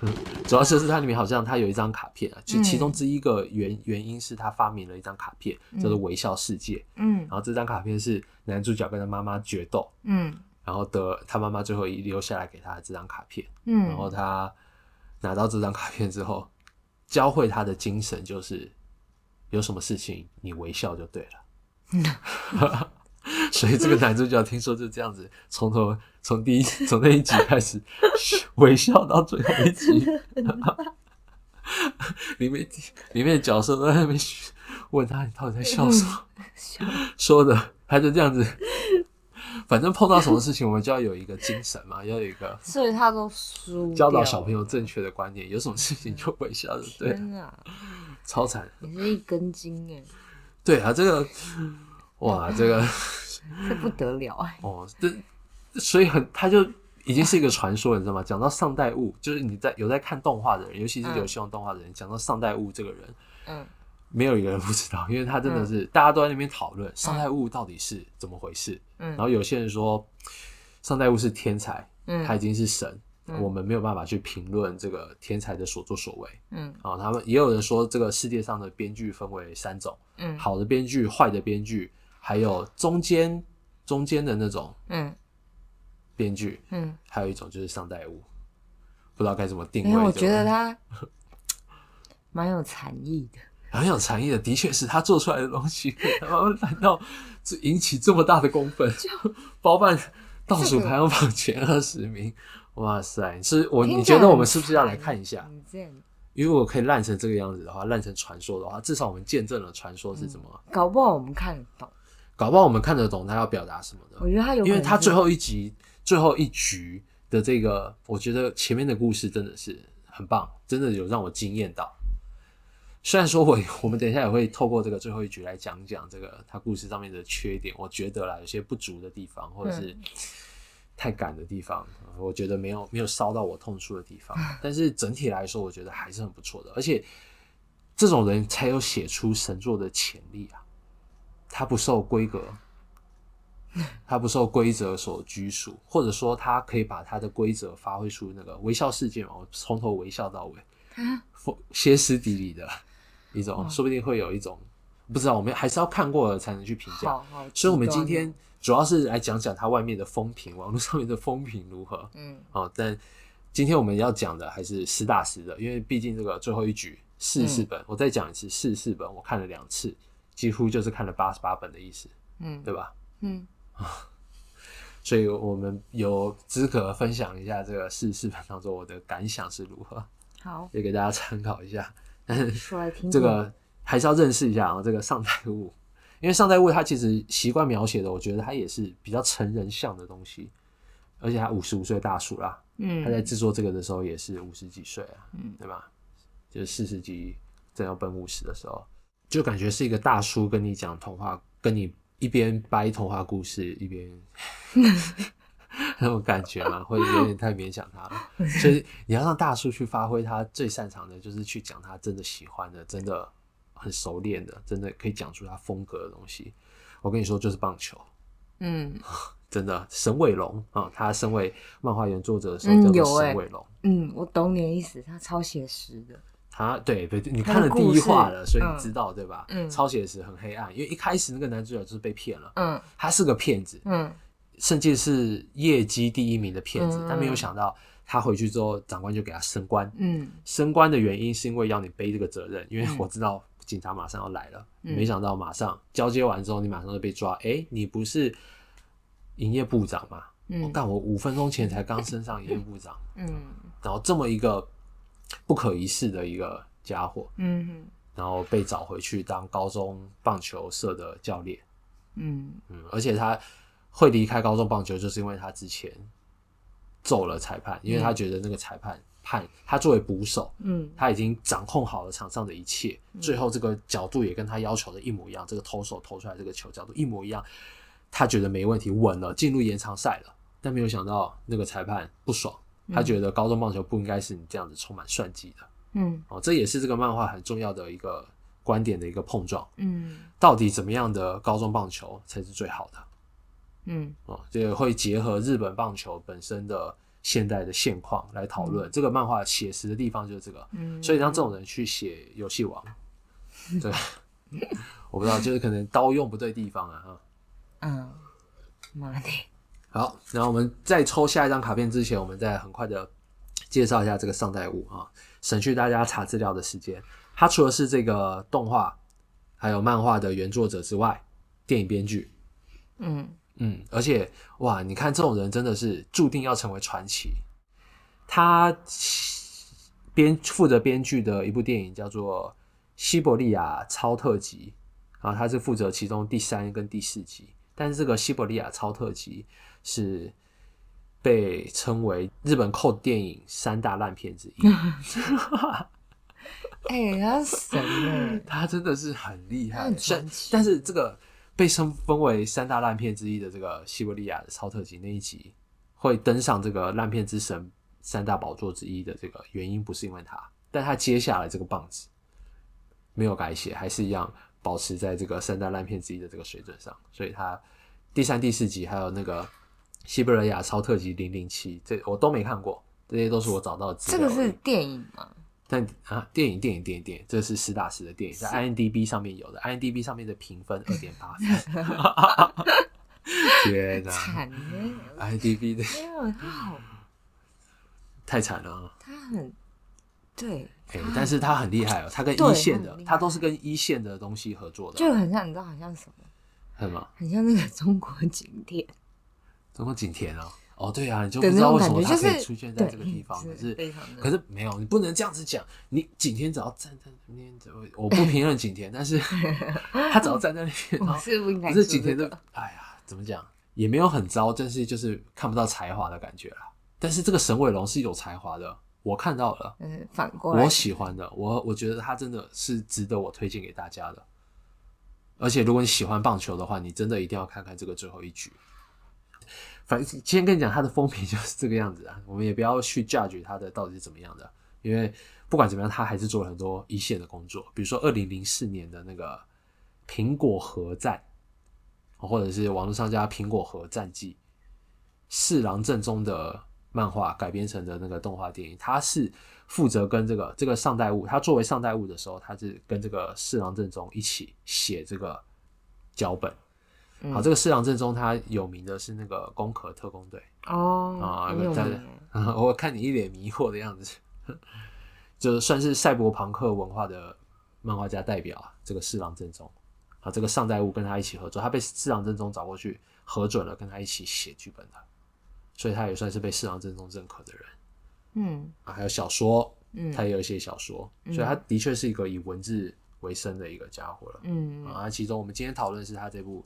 B: 嗯主要就是它里面好像他有一张卡片啊，其
A: 嗯
B: 其中之一个原原因是他发明了一张卡片，叫做“微笑世界”。
A: 嗯
B: 然后这张卡片是男主角跟他妈妈决斗，
A: 嗯
B: 然后得他妈妈最后遗留下来给他的这张卡片。
A: 嗯，
B: 然后他拿到这张卡片之后，教会他的精神就是有什么事情你微笑就对了。所以这个男主角听说就这样子，从头从第一从那一集开始微笑到最后一集，里面里面的角色都在那边 问他你到底在笑什么，
A: 笑
B: 说的他就这样子反正碰到什么事情，我们就要有一个精神嘛，要有一个
A: 所以他都输。
B: 教导小朋，友正确的观念，有什么
A: 嗯
B: 事情就微笑的，对，
A: 天哪，
B: 超惨。
A: 你是一根筋哎，
B: 对啊，这个，哇，这个，
A: 这不得了 哎，
B: 哦，这，所以很，他就已经是一个传说，你知道吗？讲到上代悟，就是你在有在看动画的人，尤其是
A: 嗯
B: 有希望动画的人，讲到上代悟这个人，
A: 嗯，
B: 没有一个人不知道，因为他真的是、大家都在那边讨论上代悟到底是怎么回事。
A: 嗯
B: 然后有些人说上代悟是天才，
A: 嗯
B: 他已经是神，
A: 嗯
B: 我们没有办法去评论这个天才的所作所为。
A: 嗯
B: 啊，他们也有人说这个世界上的编剧分为三种，
A: 嗯
B: 好的编剧、坏的编剧，还有中间中间的那种
A: 嗯
B: 编剧，
A: 嗯，
B: 还有一种就是上代悟，不知道该怎么定
A: 没
B: 位。
A: 有，哎我
B: 这
A: 觉
B: 个
A: 得他 蛮有禅意的。
B: 很有禅意的，的确是他做出来的东西，然后难道这引起这么大的公愤？包办倒数排行榜前二十名，哇塞！是我你
A: 听起
B: 觉
A: 来
B: 得我
A: 很
B: 们是不是要来
A: 烦
B: 看一下？
A: 你这样
B: 如果可以烂成这个样子的话，烂成传说的话，至少我们见证了传说是
A: 嗯
B: 怎么，
A: 搞不好我们看得懂，
B: 搞不好我们看得懂他要表达什么
A: 我
B: 的。
A: 觉得他哦有可能是，
B: 因为他最后一集、最后一局的这个，我觉得前面的故事真的是很棒，真的有让我惊艳到。虽然说我 我们等一下也会透过这个最后一局来讲讲这个他故事上面的缺点，我觉得啦有些不足的地方，或者是
A: 嗯
B: 太赶的地方，呃我觉得没有没有烧到我痛处的 地方。但是整体来说，我觉得还是很不错的，而且这种人才有写出神作的潜力啊！他不受规格，他不受规则所拘束，或者说他可以把他的规则发挥出那个微笑世界嘛，我从头微笑到尾，
A: 啊
B: 歇斯底里的一种，说不定会有一种不知道，我们还是要看过了才能去评价
A: 好。好，
B: 所以，我们
A: 极端
B: 今天主要是来讲讲它外面的风评，网络上面的风评如何啊、
A: 嗯
B: 哦但今天我们要讲的还是实打实的，因为毕竟这个最后一局四十四本，我再讲一次四十四本，我看了两次，几乎就是看了八十八本的意思，
A: 嗯
B: 对吧？
A: 嗯，
B: 所以我们有资格分享一下这个四十四本当中我的感想是如何，
A: 好，
B: 也给大家参考一下。
A: 说来听听
B: 呃这个还是要认识一下啊，这个上代物，因为上代物它其实习惯描写的，我觉得它也是比较成人向的东西，而且他五十五岁大叔啦，他在
A: 嗯
B: 制作这个的时候也是五十几岁啊，对吧？就是四十几正要奔五十的时候，就感觉是一个大叔跟你讲童话，跟你一边掰童话故事 一边那种感觉嘛，会有点太勉强他 了。所以你要让大叔去发挥他最擅长的，就是去讲他真的喜欢的，真的很熟练的，真的可以讲出他风格的东西。我跟你说，就是棒球。
A: 嗯
B: 真的，沈伟龙啊、他身为漫画原作者的时候
A: 嗯
B: 叫
A: 有
B: 做
A: 欸
B: 沈伟龙，
A: 嗯，我懂你的意思，他超写实的，
B: 他对对，你
A: 他
B: 看
A: 的
B: 了第
A: 故
B: 一
A: 事
B: 话了，所以
A: 嗯
B: 你知道、对吧？
A: 嗯
B: 超写实很黑暗，因为一开始那个男主角就是被骗了，
A: 嗯
B: 他是个骗子，
A: 嗯
B: 甚至是业绩第一名的骗子，但没有
A: 嗯
B: 想到他回去之后，长官就给他升官。
A: 嗯
B: 升官的原因是因为要你背这个责任，因为我知道警察马上要来了，
A: 嗯
B: 没想到马上交接完之后，你马上就被抓。诶，你不是营业部长吗？我
A: 嗯
B: 干、我五分钟前才刚升上营业部长，
A: 嗯
B: 然后这么一个不可一世的一个家伙，
A: 嗯
B: 然后被找回去当高中棒球社的教练。
A: 嗯
B: 嗯，而且他会离开高中棒球，就是因为他之前揍了裁判，因为他觉得那个裁判判他作为捕手，
A: 嗯
B: 他已经掌控好了场上的一切，最后这个角度也跟他要求的一模一样，这个投手投出来这个球角度一模一样，他觉得没问题，稳了，进入延长赛了。但没有想到那个裁判不爽，他觉得高中棒球不应该是你这样子充满算计的。
A: 嗯
B: 哦，这也是这个漫画很重要的一个观点的一个碰撞。
A: 嗯
B: 到底怎么样的高中棒球才是最好的？
A: 嗯
B: 哦，这个会结合日本棒球本身的现代的现况来讨论。这个漫画写实的地方就是这个，
A: 嗯
B: 所以让这种人去写游戏王，对，我不知道，就是可能刀用不对地方啊。哈
A: 嗯，妈的，
B: 好，然后我们在抽下一张卡片之前，我们再很快的介绍一下这个上代物啊，省去大家查资料的时间。它除了是这个动画还有漫画的原作者之外，电影编剧，
A: 嗯
B: 嗯，而且哇，你看这种人真的是注定要成为传奇。他编负责编剧的一部电影叫做《啊西伯利亚超特辑》，然后他是负责其中第三跟第四集。但是这个西伯利亚超特辑是被称为日本扣电影三大烂片之一，
A: 哎、他神哎、
B: 他真的是很厉
A: 他
B: 害
A: 很，
B: 但
A: 传奇
B: 但是这个被称分为三大烂片之一的这个西伯利亚的超特辑那一集会登上这个烂片之神三大宝座之一的这个原因，不是因为他，但他接下来这个棒子没有改写，还是一样保持在这个三大烂片之一的这个水准上，所以他第三、第四集还有那个西伯利亚超特辑零零七，这我都没看过，这些都是我找到的资
A: 这
B: 料而
A: 个
B: 已。
A: 是电影吗？
B: 但啊，电影电影电影电影，这是实打实的电影，在
A: 是
B: IMDB 上面有的，IMDB 上面的评分二点八分。 天哪、
A: 惨哎、
B: i m d b 的
A: 没有，他好，
B: 太惨了啊！
A: 他很对，
B: 哎、但是他很厉害哦，他跟
A: 对
B: 一线
A: 他
B: 的
A: 很，厉害
B: 他都是跟一线的东西合作的，
A: 就很像你知道，很像什么？
B: 是吗？
A: 很像那个中国景点
B: 中国景甜啊，哦，对啊，你就不
A: 的
B: 知
A: 那
B: 道
A: 种
B: 为
A: 感觉，就
B: 什么他可
A: 是
B: 以出现
A: 对，
B: 在
A: 嗯
B: 这个地方，可是
A: 非常的，
B: 可是没有，你不能这样子讲。你景天只要站在那边，我我不评论景天，但是 他只要站在那 边，然
A: 我
B: 后
A: 是不应该
B: 可
A: 说
B: 是景甜
A: 这
B: 的
A: 个，
B: 哎呀，怎么讲也没有很糟，但是就是看不到才华的感觉啦。但是这个沈伟龙是有才华的，我看到了，
A: 嗯，反过来
B: 我，喜欢的，我我觉得他真的是值得我推荐给大家的。而且如果你喜欢棒球的话，你真的一定要看看这个最后一局。反正先跟你讲，他的风评就是 这个样子啊，我们也不要去 judge 他的到底是怎么样的，因为不管怎么样，他还是做了很多一线的工作，比如说二零零四年的那个苹果核战，或者是网络上叫《苹果核战记》，四郎正宗的漫画改编成的那个动画电影，他是负责跟这个这个上代物，他作为上代物的时候，他是跟这个四郎正宗一起写这个脚本。
A: 嗯
B: 好，这个四郎正宗他有名的是那个《攻壳特工队》
A: 哦，
B: 啊、
A: 很有
B: 在
A: 名哎
B: 我看你一脸迷惑的样子， 就算是赛博朋克文化的漫画家代表啊，这个四郎正宗啊，这个上代物跟他一起合作，他被四郎正宗找过去核准了，跟他一起写剧本的，所以他也算是被四郎正宗认可的人
A: 嗯
B: 啊。还有小说，
A: 嗯
B: 他也有写小说，所以他的确是一个以文字为生的一个家伙了。
A: 嗯，
B: 啊，其中我们今天讨论是他这部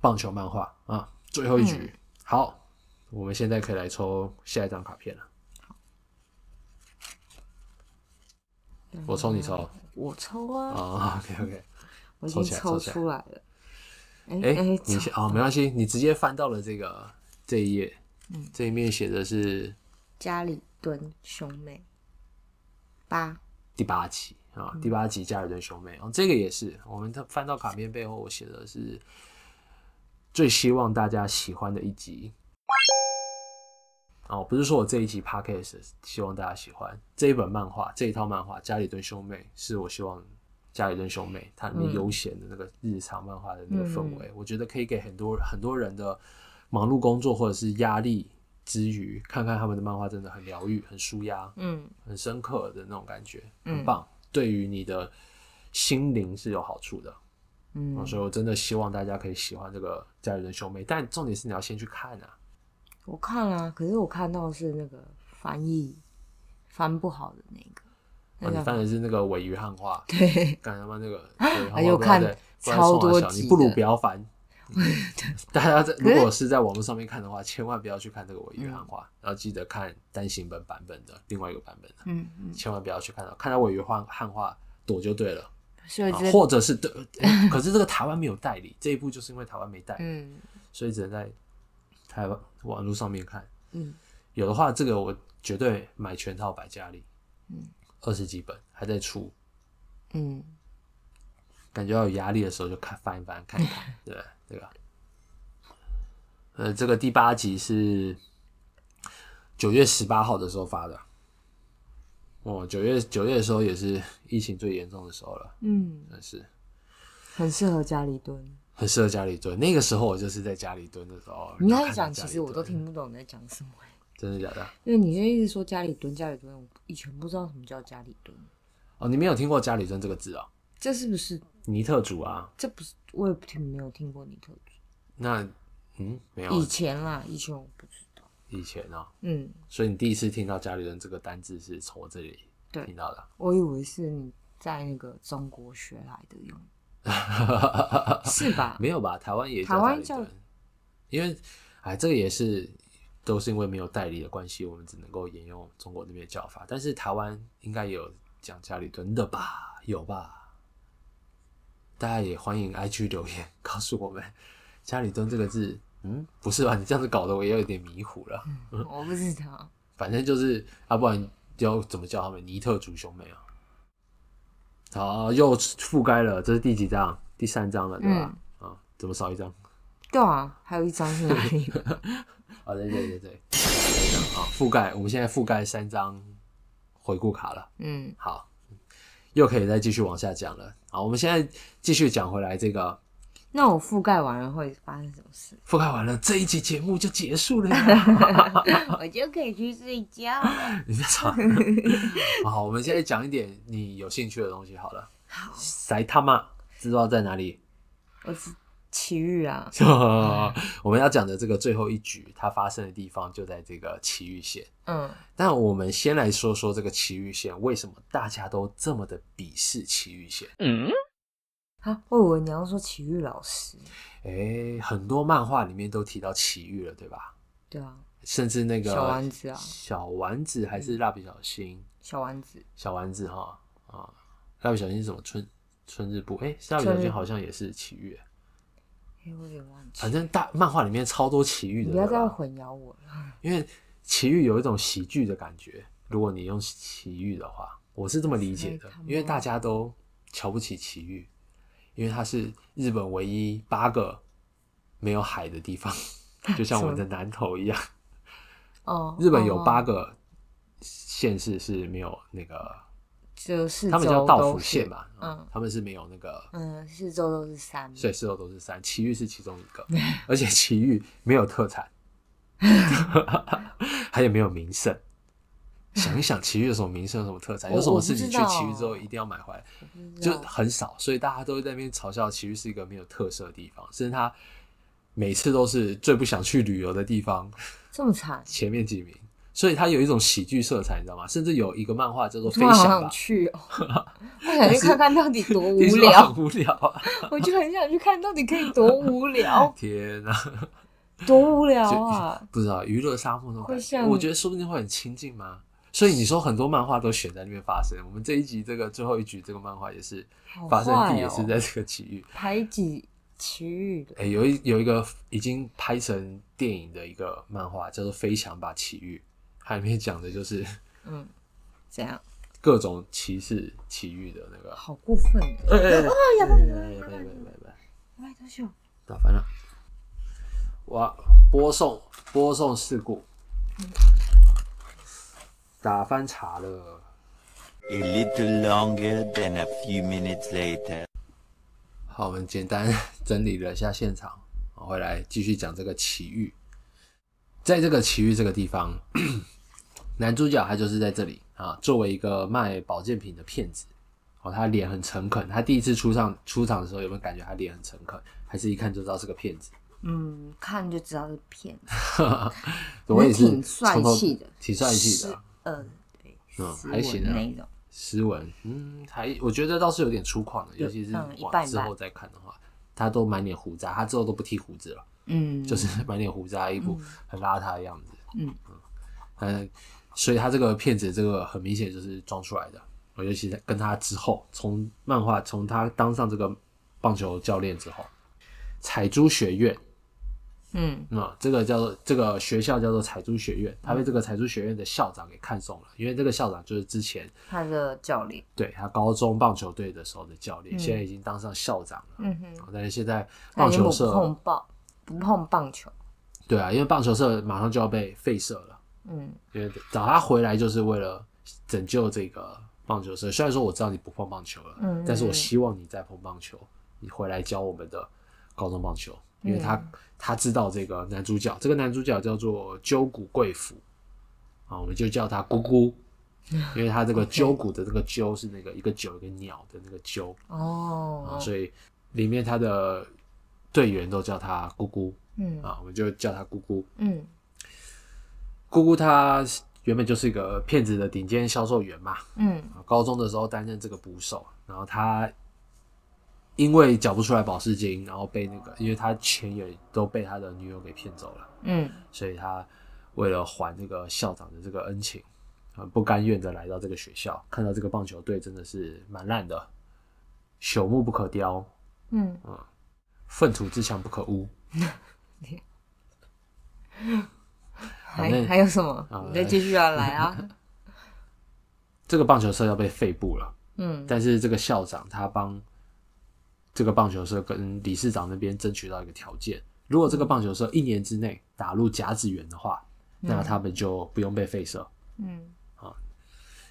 B: 棒球漫画啊，最后一局。
A: 嗯
B: 好，我们现在可以来抽下一张卡片了。我抽你抽
A: 我抽啊，
B: 啊，OK OK，
A: 我已
B: 抽
A: 经
B: 起来
A: 抽
B: 抽起来
A: 出来了，哎
B: 哎、
A: 哎，
B: 你
A: 抽
B: 先啊，没关系，你直接翻到了这个这一页，嗯，这一面写的是
A: 家里蹲兄妹八，
B: 第八集啊，第八集《家里的兄妹》啊，这个也是我们翻到卡片背后，我写的是最希望大家喜欢的一集。哦，不是说我这一集 podcast 希望大家喜欢这一本漫画，这一套漫画《家里蹲兄妹》是我希望《家里蹲兄妹》它里面
A: 嗯
B: 悠闲的那个日常漫画的那个氛围，我觉得可以给很多很多人的忙碌工作或者是压力之余，看看他们的漫画真的很疗愈、很舒压，
A: 嗯
B: 很深刻的那种感觉，
A: 嗯
B: 很棒，对于你的心灵是有好处的。
A: 嗯
B: 啊，所以我真的希望大家可以喜欢这个《家里人兄妹》，但重点是你要先去看啊。
A: 我看了、可是我看到是那个翻译翻不好的那个，
B: 啊
A: 那
B: 你
A: 叫
B: 翻的是那个尾鱼汉化，
A: 对，
B: 干他妈那个尾鱼汉化
A: 哎呦
B: 不知道
A: 看
B: 在不知道在
A: 超
B: 冲
A: 多
B: 哪小
A: 集
B: 你不如
A: 的
B: 不 要翻。 大家在如
A: 可是
B: 果
A: 嗯
B: 是在网络上面看的话，千万不要去看这个尾鱼汉化，然后记得看单行本版本的另外一个版本的，
A: 嗯嗯，
B: 千万不要去看到看到尾鱼汉汉化躲就对了。
A: 所以
B: 啊
A: 这、
B: 或者是对、诶可是这个台湾没有代理，这一部就是因为台湾没代理，
A: 嗯
B: 所以只能在台湾网络上面看。
A: 嗯，
B: 有的话，这个我绝对买全套摆家里，嗯，二十几本还在出，
A: 嗯，
B: 感觉到有压力的时候就看翻一翻看一看，对吧对吧？呃，这个第八集是九月十八号的时候发的，哦，九月九月的时候也是疫情最严重的时候了，
A: 嗯，
B: 真是。
A: 很适合家里蹲。
B: 很适合家里蹲。那个时候我就是在家里蹲的时候，
A: 你
B: 然后
A: 在
B: 看
A: 讲，
B: 家
A: 其
B: 里
A: 实我都
B: 蹲，
A: 听不懂你在讲什么、欸，
B: 真的假的？
A: 因为你就一直说家里蹲，家里蹲，我以前不知道什么叫家里蹲，
B: 哦，你没有听过家里蹲这个字哦，
A: 这是不是？
B: 尼特族啊？
A: 这不是我也不听没有听过尼特族，
B: 那嗯，没有
A: 以
B: 啊
A: 前啦，以前我不知道，
B: 以前哦，
A: 嗯，
B: 所以你第一次听到家里蹲这个单字是从我这里
A: 对
B: 听到的。
A: 我以为是你在那个中国学来的用，是吧？
B: 啊没有吧？台湾也
A: 啊台湾
B: 叫塔利
A: 叫
B: 班，因为哎，这个也是都是因为没有代理的关系，我们只能够沿用中国那边的叫法。但是台湾应该也有讲家里蹲的吧？有吧？大家也欢迎 IG 留言告诉我们“家里蹲”这个字。嗯，不是吧？你这样子搞得我也有点迷糊了。
A: 我不知道，
B: 反正就是，要、不然要怎么叫他们？尼特族兄妹啊。好，又覆盖了，这是第几章？第三章了，对吧？
A: 嗯
B: 啊，怎么少一张？
A: 对啊，还有一张是哪 里？
B: 啊，对对对对，好，覆盖，我们现在覆盖三张回顾卡了。
A: 嗯，
B: 好，又可以再继续往下讲了。好，我们现在继续讲回来这个
A: 那我覆盖完了会发生什么事？
B: 覆盖完了，这一集节目就结束了呀。
A: 我就可以去睡觉了。
B: 你在吵。 好，我们现在讲一点你有兴趣的东西好了。
A: 好，
B: 谁他妈知道在哪里？
A: 我是奇遇啊，
B: 我们要讲的这个最后一局，它发生的地方就在这个奇遇县。
A: 嗯，
B: 但我们先来说说这个奇遇县，为什么大家都这么的鄙视奇遇县？
A: 啊，我以为你要说奇遇老师，
B: 诶，很多漫画里面都提到奇遇了，对吧？
A: 对啊，
B: 甚至那个
A: 小丸子啊
B: 小丸子还是蜡笔小新，
A: 小丸子，
B: 小丸子哈啊，蜡笔小新是什么春春日部？诶，蜡笔小
A: 春日
B: 新
A: 部
B: 好像也是奇遇，
A: 哎、我有点忘记
B: 反，正大漫画里面超多奇遇
A: 你
B: 的，
A: 不要
B: 对
A: 再
B: 吧
A: 混淆我了。
B: 因为奇遇有一种喜剧的感觉。如果你用奇遇的话，我是这么理解的
A: 太他，妈
B: 因为大家都瞧不起奇遇，因为它是日本唯一八个没有海的地方，就像 我们的南投一样。
A: 哦，
B: 日本有
A: 哦
B: 八，个县市是没有那个，
A: 就四周
B: 他们叫道
A: 都
B: 府
A: 是
B: 县吧，
A: 嗯
B: 他们是没有那个，
A: 嗯，四周都是山，
B: 所以四周都是山，奇遇是其中一个， 而且奇遇没有特产， 它也没有名胜。想一想，奇遇有什么名胜，有什么特产，
A: 我
B: 有什么是你去
A: 我不知道
B: 奇遇之后一定要买回来，
A: 我不知
B: 就
A: 道啊
B: 很少，所以大家都在那边嘲笑奇遇是一个没有特色的地方，甚至它每次都是最不想去旅游的地方。
A: 这么惨，
B: 前面几名，所以它有一种喜剧色彩，你知道吗？甚至有一个漫画叫做《
A: 突
B: 飞
A: 然好
B: 翔
A: 想
B: 吧》，
A: 去 哦，我想去看看到底多无
B: 听说
A: 聊，
B: 很无聊啊！
A: 我就很想去看到底可以多无聊，
B: 天哪、
A: 多无聊
B: 就
A: 啊！
B: 不知道娱乐沙漠那种感
A: 会
B: 觉，
A: 像
B: 我觉得说不定会很亲近吗？所以你说很多漫画都选在那边发生，我们这一集这个最后一局这个漫画也是
A: 好
B: 发生地
A: 坏
B: 也
A: 哦
B: 是在这个奇遇。
A: 排挤奇遇的，
B: 哎、有一有一个已经拍成电影的一个漫画叫做《飞翔吧奇遇》，它里面讲的就是
A: 嗯，怎样？
B: 各种歧视奇遇的那个。
A: 好过分哦！
B: 哎哎哎！
A: 呀吧呀
B: 拜
A: 吧
B: 拜拜拜拜！
A: 哎，多久？
B: 打翻了。哇，播送播送事故，
A: 嗯
B: 打翻茶了。
D: A little longer than a few minutes later.
B: 好，我们简单 整理了一下现场，我回来继续讲这个奇遇。在这个奇遇这个地方，男主角他就是在这里啊，作为一个卖保健品的骗子，哦，他脸很诚恳。他第一次出场出场的时候，有没有感觉他脸很诚恳？还是一看就知道是个骗子？
A: 嗯，看就知道是骗子。
B: 我也是
A: 挺帅
B: 从头
A: 气的
B: 挺帅气的啊。
A: 呃，对，
B: 嗯
A: 斯
B: 还行
A: 文
B: 啊
A: 那种。
B: 斯文，嗯，还我觉得倒是有点粗犷的，尤其是
A: 嗯一
B: 往
A: 半一
B: 之后
A: 半
B: 再看的话，他都满脸胡渣，他之后都不剃胡子了，
A: 嗯，
B: 就是 满脸胡渣，一副很邋遢的样子。
A: 嗯
B: 嗯，所以他这个骗子，这个很明显就是装出来的。我尤其在跟他之后，从漫画从他当上这个棒球教练之后，彩珠学院，
A: 嗯
B: 嗯，这个叫做这个学校叫做彩珠学院，他被这个彩珠学院的校长给看中了，因为这个校长就是之前
A: 他的教练。
B: 对他高中棒球队的时候的教练，
A: 嗯
B: 现在已经当上校长了。
A: 嗯哼，
B: 但是现在
A: 他
B: 棒
A: 已经
B: 球
A: 不
B: 社啊
A: 碰棒，不碰棒球。
B: 对啊，因为棒球社马上就要被废社了，
A: 嗯，
B: 因为找他回来就是为了拯救这个棒球社。虽然说我知道你不碰棒球了，
A: 嗯嗯
B: 但是我希望你再碰棒球，你回来教我们的高中棒球，因为他、
A: 嗯
B: 他知道这个男主角，这个男主角叫做鸠谷贵妇啊，我们就叫他 姑姑。因为他这个鸠谷的这个鸠是那个一个九一个鸟的那个鸠，啊，
A: 哦，
B: 所以里面他的队员都叫他姑姑
A: 嗯
B: 啊，我们就叫他姑姑。
A: 嗯
B: 姑姑她原本就是一个骗子的顶尖销售员嘛，
A: 嗯
B: 啊高中的时候担任这个捕手，然后她因为缴不出来保释金，然后被那个，因为他钱也都被他的女友给骗走了，
A: 嗯，
B: 所以他为了还这个校长的这个恩情，很不甘愿的来到这个学校，看到这个棒球队真的是蛮烂的，朽木不可雕，
A: 嗯，
B: 粪土之墙不可污。
A: 还
B: 那
A: 还有什么
B: 好？呃
A: 你再继续啊，来 啊，
B: 这个棒球社要被废部了，
A: 嗯
B: 但是这个校长他帮这个棒球社跟理事长那边争取到一个条件，如果这个棒球社一年之内打入甲子园的话，那他们就不用被废社。
A: 嗯，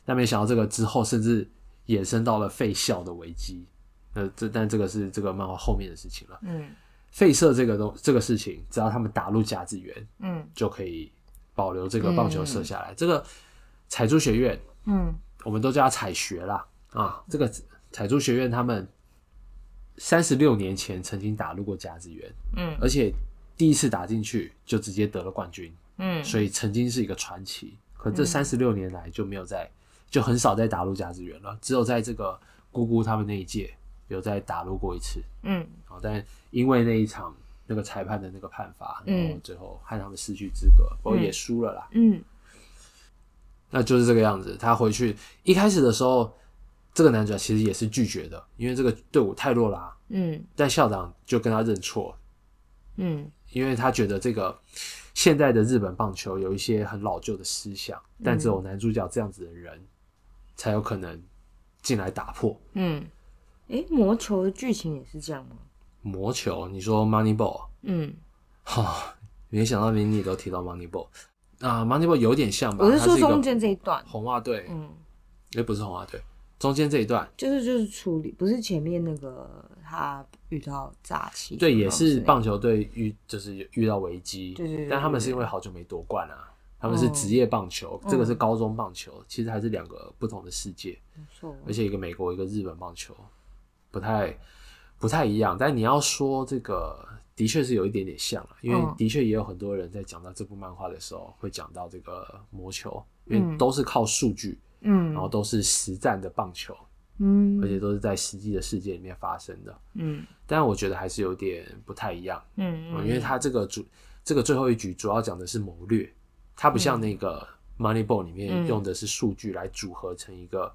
B: 那没想到这个之后，甚至衍生到了废校的危机。呃，这但这个是这个漫画后面的事情了。
A: 嗯
B: 废社这个东这个事情，只要他们打入甲子园，
A: 嗯
B: 就可以保留这个棒球社下来。这个彩珠学院，
A: 嗯
B: 我们都叫它彩学啦啊。这个彩珠学院他们三十六年前曾经打入过甲子园，
A: 嗯
B: 而且第一次打进去就直接得了冠军，
A: 嗯，
B: 所以曾经是一个传奇。可这三十六年来就没有在，就很少再打入甲子园了，只有在这个姑姑他们那一届有在打入过一次。
A: 嗯
B: 好，但因为那一场那个裁判的那个判罚，然后
A: 嗯
B: 最后害他们失去资格，不过也输了啦。
A: 嗯
B: 那就是这个样子。他回去一开始的时候，这个男主角其实也是拒绝的，因为这个队伍太弱啦、啊
A: 嗯
B: 但校长就跟他认错，
A: 嗯
B: 因为他觉得这个现在的日本棒球有一些很老旧的思想，但
A: 嗯
B: 只有男主角这样子的人才有可能进来打破。
A: 嗯，诶，魔球的剧情也是这样吗？
B: 魔球，你说 Moneyball
A: 嗯，
B: 哈、没想到连你都提到 Moneyball 啊、m o n e y b a l l 有点像吧？
A: 我是
B: 它
A: 说
B: 一个
A: 中间这一段，
B: 红袜队，哎、
A: 嗯，
B: 不是红袜队，中间这一段，
A: 就是就是处理，不是前面那个他遇到诈欺，
B: 对，也是
A: 棒。
B: 棒球队遇就是遇到危机，
A: 对对对
B: 但他们是
A: 对哦嗯
B: 因为好久没夺冠啊，他们是职业棒球，这个是高中棒球，其实还是两个不同的世界，
A: 错，
B: 而且一个美国，一个日本棒球，不太不太一样。但你要说这个，的确是有一点点像啊，因为
A: 嗯
B: 的确也有很多人在讲到这部漫画的时候，会讲到这个魔球，因为
A: 嗯
B: 都是靠数据，
A: 嗯，
B: 然后都是实战的棒球，
A: 嗯，
B: 而且都是在实际的世界里面发生的。
A: 嗯
B: 但我觉得还是有点不太一样。
A: 嗯
B: 嗯
A: 嗯，
B: 因为它这个主这个最后一局主要讲的是谋略，它不像那个 Moneyball 里面
A: 嗯
B: 用的是数据来组合成一个，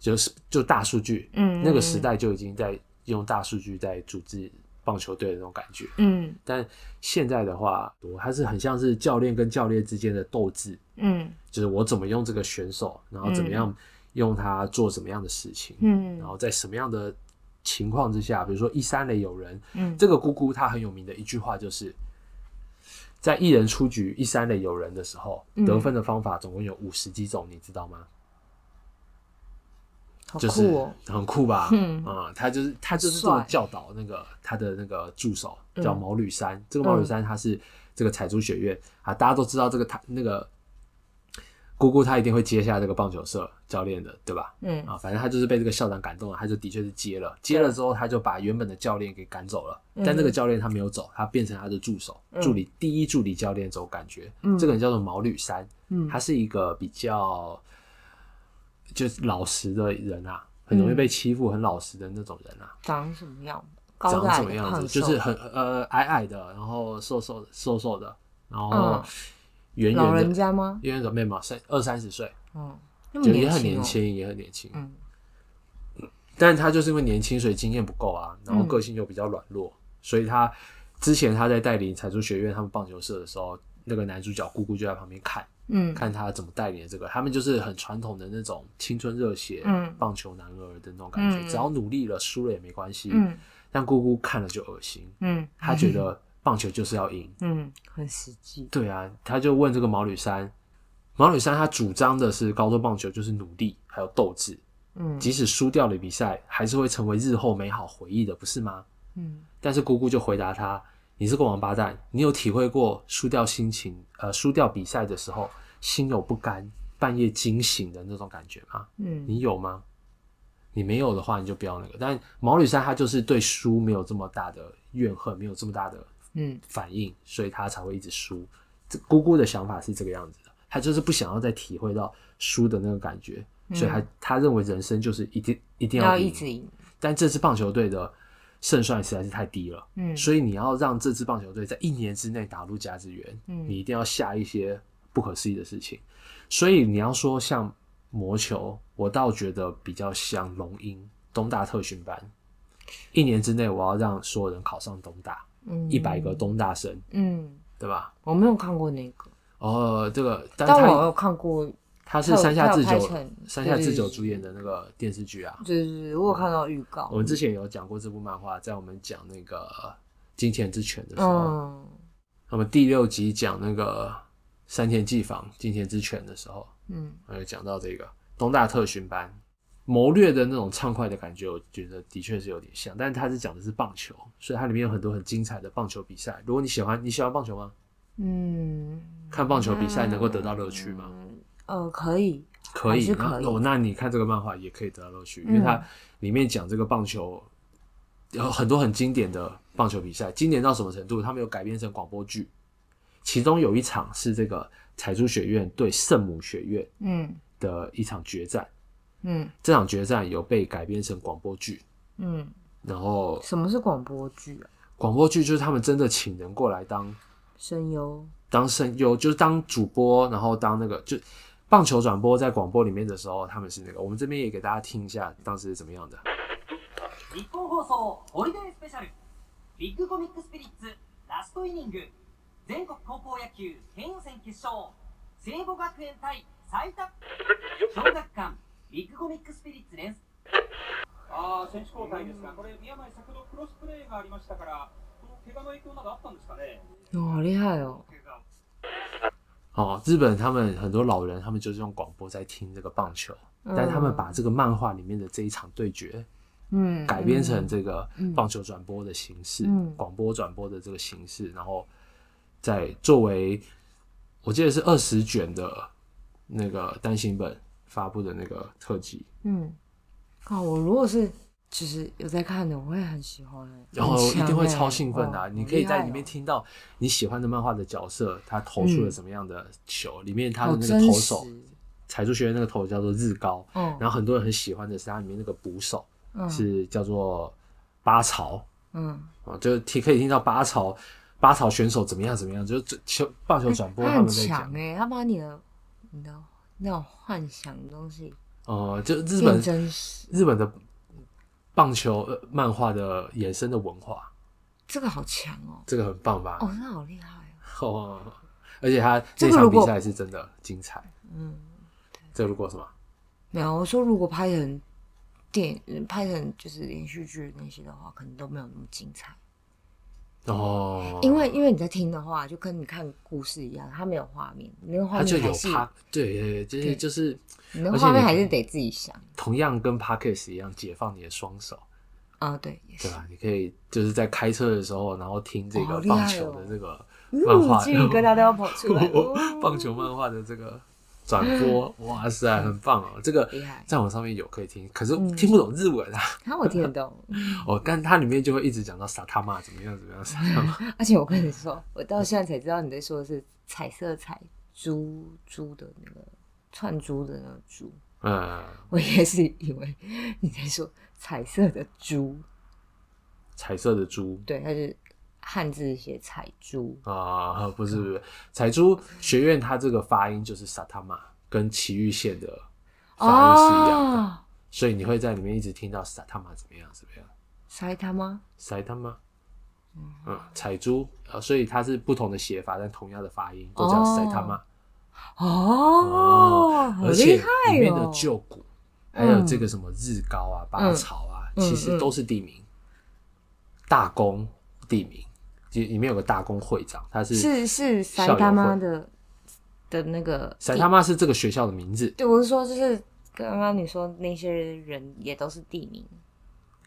B: 就是就大数据，
A: 嗯
B: 那个时代就已经在用大数据在组织棒球队的那种感觉。
A: 嗯
B: 但现在的话，我还是很像是教练跟教练之间的斗志，
A: 嗯
B: 就是我怎么用这个选手，然后怎么样用他做什么样的事情，
A: 嗯，
B: 然后在什么样的情况之下，比如说一三垒有人，
A: 嗯
B: 这个姑姑她很有名的一句话就是，在一人出局一三垒有人的时候，
A: 嗯
B: 得分的方法总共有五十几种，你知道吗？
A: 好
B: 就是
A: 酷哦，
B: 很酷吧？
A: 嗯
B: 啊、他就是他就是这么
A: 帅
B: 教导那个他的那个助手
A: 嗯
B: 叫毛吕山，这个毛吕山他是这个彩珠学院啊，大家都知道这个他那个姑姑她一定会接下这个棒球社教练的，对吧？
A: 嗯
B: 啊，反正他就是被这个校长感动了，他就的确是接了，接了之后他就把原本的教练给赶走了，
A: 嗯
B: 但这个教练他没有走，他变成他的助手、助理第一助理教练这种感觉。这个人叫做毛吕山，
A: 嗯
B: 他是一个比较就是老实的人啊，
A: 嗯
B: 很容易被欺负，很老实的那种人啊。
A: 长什么样？高
B: 长
A: 大
B: 什么样子，
A: 胖
B: 就是
A: 瘦
B: 很呃矮矮的，然后瘦瘦的瘦瘦的，然后
A: 嗯
B: 圆
A: 老
B: 圆
A: 人
B: 的，
A: 家吗？
B: 圆圆的妹妹三二三十岁，
A: 嗯，那么
B: 就也很
A: 轻
B: 年
A: 哦，
B: 轻，也很年轻。
A: 嗯
B: 但是他就是因为年轻，所以经验不够
A: 嗯
B: 啊，然后个性又比较软弱，所以他之前他在带领彩珠学院他们棒球社的时候，那个男主角姑姑就在旁边看，
A: 嗯
B: 看他怎么带领这个。他们就是很传统的那种青春热血、
A: 嗯
B: 棒球男儿的那种感觉，
A: 嗯
B: 只要努力了，输了也没关系。
A: 嗯
B: 但姑姑看了就恶心，
A: 嗯
B: 她觉得棒球就是要赢。
A: 嗯，很实际，
B: 对啊，他就问这个毛吕山，毛吕山他主张的是高中棒球就是努力还有斗志，
A: 嗯
B: 即使输掉了比赛，还是会成为日后美好回忆的，不是吗？
A: 嗯
B: 但是姑姑就回答他：“你是个王八蛋，你有体会过输掉心情，呃，输掉比赛的时候心有不甘，半夜惊醒的那种感觉吗？
A: 嗯
B: 你有吗？你没有的话，你就不要那个。但毛吕山他就是对输没有这么大的怨恨，没有这么大的
A: 嗯
B: 反应，所以他才会一直输。这姑姑的想法是这个样子的，她就是不想要再体会到输的那个感觉，所以她她认为人生就是一定一定
A: 嗯要
B: 赢
A: 一直赢，
B: 但这支棒球队的胜算实在是太低了。
A: 嗯
B: 所以你要让这支棒球队在一年之内打入甲子园，
A: 嗯
B: 你一定要下一些不可思议的事情。所以你要说像魔球，我倒觉得比较像龙鹰东大特训班，一年之内我要让所有人考上东大，
A: 嗯
B: 一百个东大生，
A: 嗯，
B: 对吧？
A: 我没有看过那个，
B: 哦，这个，但
A: 但我
B: 他
A: 有看过，
B: 他是山下智
A: 他有
B: 久
A: 拍成，
B: 山下智久
A: 对
B: 主演的那个电视剧啊，
A: 就是我有看到预告
B: 我。们之前有讲过这部漫画，在我们讲那个《金钱之犬》的时候，
A: 嗯
B: 那么第六集讲那个山田纪房《金钱之犬》的时候，
A: 嗯
B: 我有讲到这个东大特训班谋略的那种畅快的感觉，我觉得的确是有点像，但是它是讲的是棒球，所以它里面有很多很精彩的棒球比赛。如果你喜欢，你喜欢棒球吗？
A: 嗯，
B: 看棒球比赛能够得到乐趣吗？
A: 呃，可以，
B: 可
A: 还
B: 以，
A: 是可以
B: 那哦，那你看这个漫画也可以得到乐趣，因为
A: 嗯
B: 它里面讲这个棒球有很多很经典的棒球比赛，经典到什么程度？他们有改编成广播剧，其中有一场是这个彩珠学院对圣母学院
A: 嗯
B: 的一场决战，
A: 嗯
B: 这场决战有被改编成广播剧，
A: 嗯，
B: 然后
A: 什么是广播剧啊？
B: 广播剧就是他们真的请人过来当
A: 声优，
B: 当声优，就是当主播，然后当那个就棒球转播在广播里面的时候，他们是那个，我们这边也给大家听一下当时是怎么样的。
E: 日本放送ホリデースペシャルビッグコミックスピリッツラストイニング全国高校野球県予選決勝聖母学園対埼玉小学館ビッグコミックスピリッツです
F: ああ選手交代ですが、これ、宮前、先ほどクロスプレーがありましたから、この怪我の影響などあったんですかね。
A: 哦，好厉害哦！
F: 怪我
B: 哦，日本他们很多老人，他们就是用广播在听这个棒球，
A: 嗯
B: 但是他们把这个漫画里面的这一场对决
A: 嗯
B: 改编成这个棒球转播的形式
A: 嗯，
B: 广、播转播的这个形式，然后再作为我记得是二十卷的那个单行本发布的那个特辑，
A: 嗯，啊，我如果是就是有在看的，我会很喜欢欸，
B: 然后
A: 很
B: 一
A: 强
B: 定会
A: 欸
B: 超兴奋的啊、
A: 哦
B: 你
A: 好
B: 可以
A: 厉害
B: 在里面
A: 哦
B: 听到你喜欢的漫画的角色，他投出了什么样的球，里面他
A: 嗯
B: 的
A: 好
B: 那
A: 真
B: 个投
A: 实
B: 手，彩珠学院那个投手叫做日高，
A: 嗯
B: 然后很多人很喜欢的是它里面那个捕手、
A: 嗯
B: 是叫做八朝
A: 嗯，
B: 啊，就是听可以听到八朝八朝选手怎么样怎么样，就是这球棒球转播
A: 他
B: 他们
A: 很
B: 在
A: 强
B: 讲，
A: 哎，他把你的你的那种幻想的东西
B: 呃，就日
A: 变
B: 本
A: 真实，
B: 日本的棒球、呃漫画的衍生的文化，
A: 这个好强哦，
B: 这个很棒吧？
A: 哦，那好厉害哦，
B: 哦，而且他
A: 这
B: 这
A: 个
B: 场
A: 如
B: 比
A: 果
B: 赛是真的精彩。
A: 嗯，
B: 这如果什么？
A: 没有，我说如果拍成电影拍成就是连续剧那些的话，可能都没有那么精彩。
B: 哦，
A: 因为因为你在听的话，就跟你看故事一样，它没有画面，你那个画
B: 他就
A: 面
B: 有
A: 还是
B: 趴，对对，对就是
A: 对
B: 就是
A: 你那
B: 而
A: 个
B: 且
A: 画面
B: 你
A: 还是得自己想
B: 同样跟 Parkes 一样，解放你的双手。
A: 啊。对，也是
B: 对。吧？你可以就是在开车的时候，然后听这
A: 哦好
B: 个
A: 厉害
B: 棒球
A: 哦啊
B: 的这 个
A: 嗯
B: 漫画，
A: 鸡皮疙瘩都要跑出 来了
B: 棒球漫画的这个转 播，哇塞，很棒哦！这个
A: 厉害嗯
B: 在我上面有可以听，可是听不懂日文啊。
A: 看我听得懂，
B: 哦，但它里面就会一直讲到萨他玛怎么样怎么样，萨 他玛。
A: 而且我跟你说，我到现在才知道你在说的是彩色彩珠珠的那个串珠的那个珠，
B: 嗯，
A: 我一开始以为你在说彩色的珠，
B: 彩色的猪
A: 对，它是汉字写彩珠，
B: 啊，不是不
A: 嗯
B: 是，彩珠学院它这个发音就是萨他玛，跟崎玉县的发音是一样的，
A: 哦，
B: 所以你会在里面一直听到萨他玛怎么样怎么样。
A: 塞他吗？
B: 塞他吗？嗯，彩珠，呃，所以它是不同的写法，但同样的发音，都叫
A: 哦
B: 塞他妈。
A: 哦，好
B: 而且
A: 厉害
B: 里面的
A: 哦！
B: 旧谷，还有这个什么日高啊、八草啊，
A: 嗯
B: 其实都是地名。大公地名，其实里面有个大公会长，他是
A: 是是塞
B: 校友
A: 他妈
B: 会
A: 的的那个
B: 塞他妈是这个学校的名字。
A: 对，我是说，就是刚刚你说那些人也都是地名，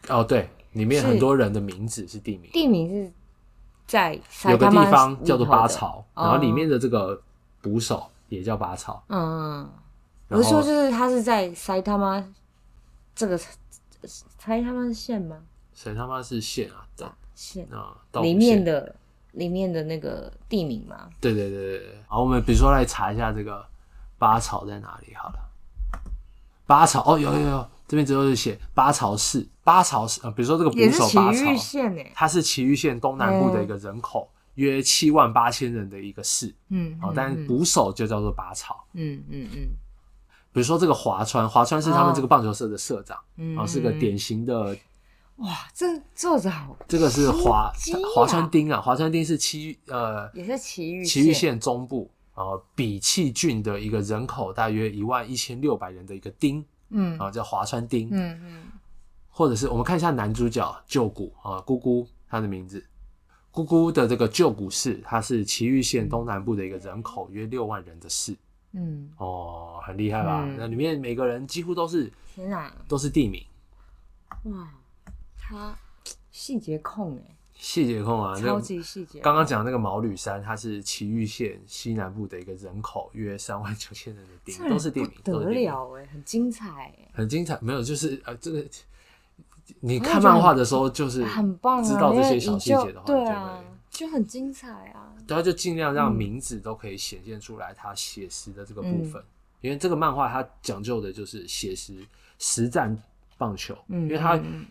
B: 哦，对，里面
A: 是
B: 很多人的名字是地名。
A: 地名是在塞
B: 有个
A: 他
B: 地
A: 妈
B: 方叫做
A: 里头的哦
B: 八草，然后里面的这个捕手也叫八草。
A: 嗯，
B: 然
A: 我是
B: 后
A: 说，就是他是在塞他妈这个塞他妈县吗？
B: 塞他妈是县啊，到
A: 县
B: 啊，道
A: 里
B: 府
A: 面
B: 县
A: 的里面的那个地名吗？
B: 对对对对对。好，我们比如说来查一下这个八草在哪里好了。八草哦，有有有，这边之后是写八朝市，八朝市，呃，比如说这个捕
A: 也是
B: 手
A: 崎
B: 八
A: 玉
B: 朝，
A: 县欸诶，
B: 它是崎玉县东南部的一个人口、约七万八千人的一个市，
A: 嗯，
B: 好、
A: 嗯
B: 哦但
A: 嗯
B: 捕手就叫做八朝。
A: 嗯嗯嗯
B: 比如说这个华川，华川是他们这个
A: 哦
B: 棒球社的社长，
A: 嗯，
B: 然哦后是个典型的，
A: 哇，这作者好，
B: 这个是华
A: 奇迹啊
B: 华川町啊，华川町是七呃
A: 也是崎玉
B: 崎玉县中部，呃比弃郡的一个人口大约一万一千六百人的一个町，
A: 嗯
B: 然后叫华川町，
A: 嗯嗯，
B: 或者是我们看一下男主角旧谷啊，姑姑他的名字，姑姑的这个旧谷市，它是崎玉县东南部的一个人口约六万人的市，
A: 嗯，
B: 哦，很厉害吧？
A: 嗯
B: 那里面每个人几乎都是
A: 天啊，
B: 都是地名。
A: 哇，他细节控哎，
B: 细节控啊，那
A: 超级细节控。
B: 刚刚讲那个毛吕山，它是崎玉县西南部的一个人口约三万九千人的地
A: 这
B: 名，都是地名，
A: 不
B: 都
A: 得
B: 是地名，
A: 了哎，很精彩哎，
B: 很精彩。没有，就是呃，这个 你
A: 我
B: 看
A: 也觉得
B: 漫画的时候，就是
A: 很棒啊，
B: 知道这些
A: 因为
B: 小
A: 你
B: 细节的
A: 就
B: 话，
A: 对
B: 就
A: 啊
B: 会。，
A: 就很精彩啊。
B: 然后就尽量让
A: 嗯
B: 名字都可以显现出来它写实的这个部
A: 嗯
B: 分，因为这个漫画它讲究的就是写实实战棒球，
A: 嗯
B: 因为它
A: 嗯嗯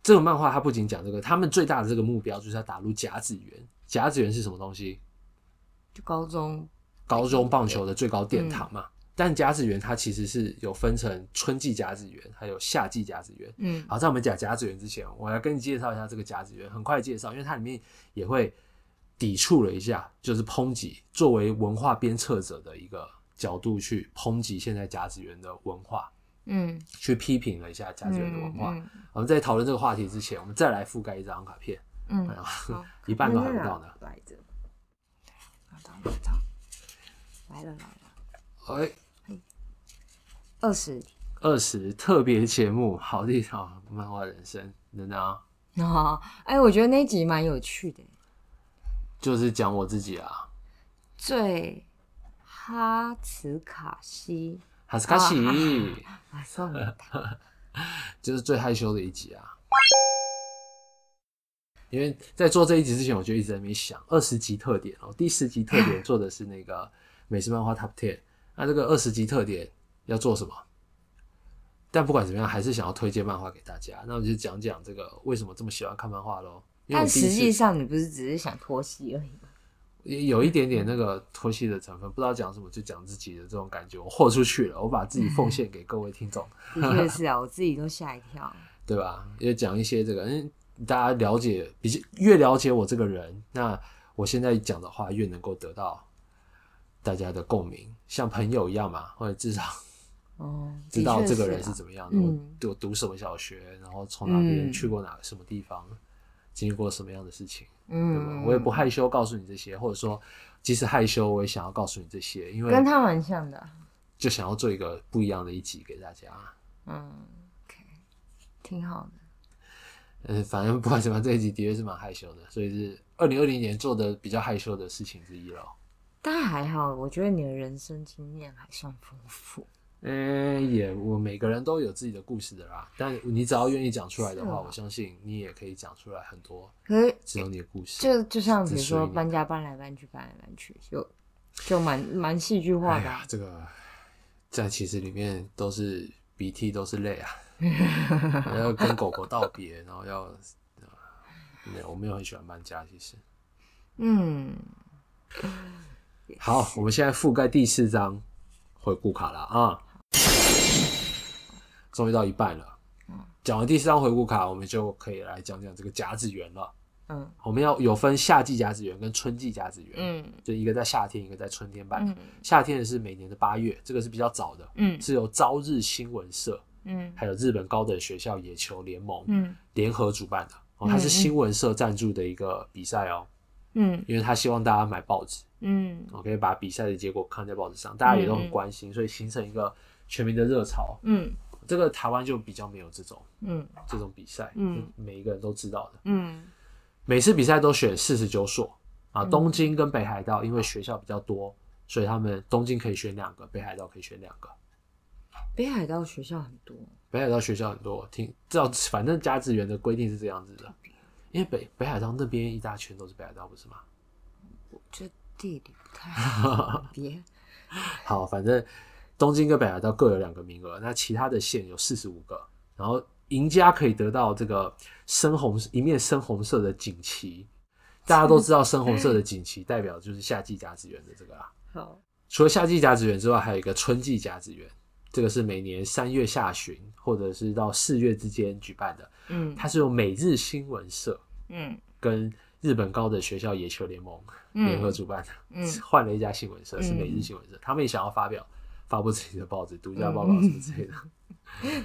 B: 这个漫画它不仅讲这个，他们最大的这个目标就是要打入甲子园。甲子园是什么东西？
A: 就高中，
B: 高中棒球的最高殿堂
A: 嗯
B: 嘛。但甲子园它其实是有分成春季甲子园，还有夏季甲子园。
A: 嗯
B: 好，在我们讲甲子园之前，哦我来跟你介绍一下这个甲子园，很快介绍，因为它里面也会抵触了一下，就是抨击作为文化鞭策者的一个角度去抨击现在甲子园的文化，
A: 嗯，
B: 去批评了一下甲子园的文化。我们在讨论这个话题之前，我们再来覆盖一张卡片，
A: 嗯，
B: 哎
A: 嗯，
B: 呀
A: 好，
B: 一半都还不到呢。
A: 来着，拿到拿到，来了来了，
B: 哎，
A: 二十
B: 二十特别节目，好地方漫画人生，真的啊，
A: 啊，哎，我觉得那一集蛮有趣的，欸
B: 就是讲我自己啊，
A: 最哈茨卡西
B: 哈斯卡西
A: 啊，送 你他，
B: 就是最害羞的一集啊。因为在做这一集之前，我就一直在那边想二十集特点哦，第十集特点做的是 那个美式漫画 Top Ten，那这个二十集特点要做什么？但不管怎么样，还是想要推荐漫画给大家。那我就讲讲这个为什么这么喜欢看漫画喽。因为我
A: 但
B: 第一
A: 实
B: 次
A: 际上你不是只是想脱戏而已吗？
B: 也有一点点那个脱戏的成分，不知道讲什么就讲自己的这种感觉，我豁出去了，我把自己奉献给各位听众，
A: 的确是啊，我自己都吓一跳，
B: 对吧？也讲一些这个，嗯，大家了解，比起越了解我这个人，那我现在讲的话越能够得到大家的共鸣，像朋友一样嘛，或者至少
A: 哦，
B: 知道
A: 的确
B: 这个人是
A: 啊
B: 怎么样的，
A: 嗯
B: 我我读什么小学，然后从哪边
A: 嗯
B: 去过哪什么地方，经历过什么样的事情，对吗
A: 嗯，？
B: 我也不害羞告诉你这些，或者说即使害羞，我也想要告诉你这些，因为
A: 跟他蛮像的啊，
B: 就想要做一个不一样的一集给大家。
A: 嗯，OK，挺好的。
B: 嗯，反正不管怎么样，这一集的确是蛮害羞的，所以是二零二零年做的比较害羞的事情之一了。
A: 但还好，我觉得你的人生经验还算丰富。
B: 嗯，也我每个人都有自己的故事的啦，但你只要愿意讲出来的
A: 是
B: 话，
A: 啊
B: 我相信你也可以讲出来很多
A: 可是
B: 只有你的故事。
A: 就就像比如
B: 只属于
A: 说
B: 你
A: 搬家搬来搬去搬来搬去，就就蛮蛮戏剧化
B: 哎
A: 的
B: 呀
A: 啊、，
B: 这个在其实里面都是鼻涕，都是泪 啊，要跟狗狗道别，然后要，呃没有，我没有很喜欢搬家，其实。
A: 嗯，
B: 好，我们现在覆盖第四张回顾卡了啊，终于到一半了。讲完第四张回顾卡，我们就可以来讲讲这个甲子园了。
A: 嗯
B: 我们要有分夏季甲子园跟春季甲子园，
A: 嗯
B: 就一个在夏天，一个在春天办。
A: 嗯
B: 夏天的是每年的八月，这个是比较早的，
A: 嗯
B: 是由朝日新闻社
A: 嗯
B: 还有日本高等学校野球联盟
A: 嗯
B: 联合主办的。哦，它
A: 嗯
B: 是
A: 嗯
B: 新闻社赞助的一个比赛哦，
A: 嗯
B: 因为他希望大家买报纸。
A: 嗯
B: 我可以把比赛的结果看在报纸上，大家也都很关心，所以形成一个全民的热潮。
A: 嗯
B: 这个台湾就比较没有这种
A: 嗯
B: 这种比赛，
A: 嗯，
B: 每一个人都知道的。
A: 嗯
B: 每次比赛都选四十九所啊，
A: 嗯
B: 东京跟北海道因为学校比较多，所以他们东京可以选两个，北海道可以选两个。
A: 北海道学校很多，
B: 北海道学校很多，听至少反正甲子园的规定是这样子的，因为北北海道那边一大圈都是北海道，不是吗？
A: 我这地理不太好，别
B: 好，反正东京跟北海道各有两个名额，那其他的县有四十五个，然后赢家可以得到这个深红一面深红色的锦旗。大家都知道深红色的锦旗代表就是夏季甲子园的这个啊。
A: 好，
B: 除了夏季甲子园之外，还有一个春季甲子园，这个是每年三月下旬或者是到四月之间举办的，
A: 嗯
B: 它是由每日新闻社
A: 嗯
B: 跟日本高等学校野球联盟
A: 嗯
B: 联合主办的，
A: 嗯
B: 换了一家新闻社，是每日新闻社，他们也想要发表发布自己的报纸、独
A: 嗯
B: 家报告什么之类 的。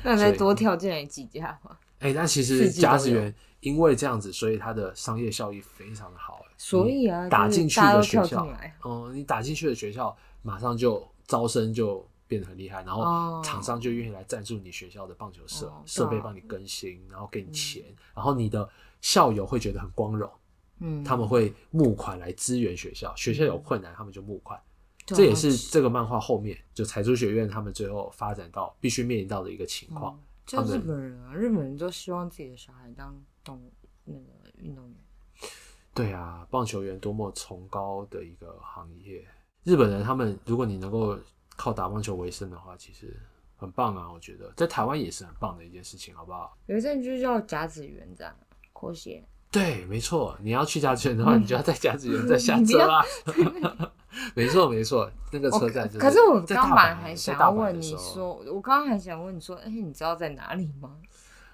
A: 那再
B: 所以
A: 多跳进来几家嘛？
B: 哎、但其
A: 四
B: 实
A: 季都有
B: 甲子园因为这样子，所以它的商业效益非常的好、哎
A: 所以啊
B: 你打
A: 就是
B: 进去
A: 大家
B: 的
A: 都
B: 学
A: 跳
B: 校
A: 进来，
B: 嗯，你打进去的学校马上就招生就变得很厉害，然
A: 哦
B: 后厂商就愿意来赞助你学校的棒球社
A: 哦，嗯
B: 设、
A: 对
B: 备
A: 啊
B: 帮你更新，然后给你钱，然后你的校友会觉得很光荣，
A: 嗯，
B: 他们会募款来支援学校，学校有困难他们就募款。
A: 对啊
B: 这也是这个漫画后面就财珠学院他们最后发展到必须面临到的一个情况。
A: 嗯就
B: 他
A: 日
B: 们
A: 本人啊，日本人都希望自己的小孩当动物那个运动员。
B: 对啊，棒球员多么崇高的一个行业。日本人他们，如果你能够靠打棒球为生的话，其实很棒啊！我觉得在台湾也是很棒的一件事情，好不好？
A: 有一阵就叫甲子园这样，扩写
B: 对，没错，你要去甲子园的话，你就要在甲子园再下车啦。
A: 嗯
B: 没错，没错，那个车站就
A: 哦
B: 是。
A: 可是我
B: 在
A: 刚
B: 大
A: 本来
B: 阪
A: 还
B: 在
A: 想
B: 大
A: 要
B: 阪的
A: 问你
B: 时候
A: 说，我刚刚还想问你说，哎，你知道在哪里吗？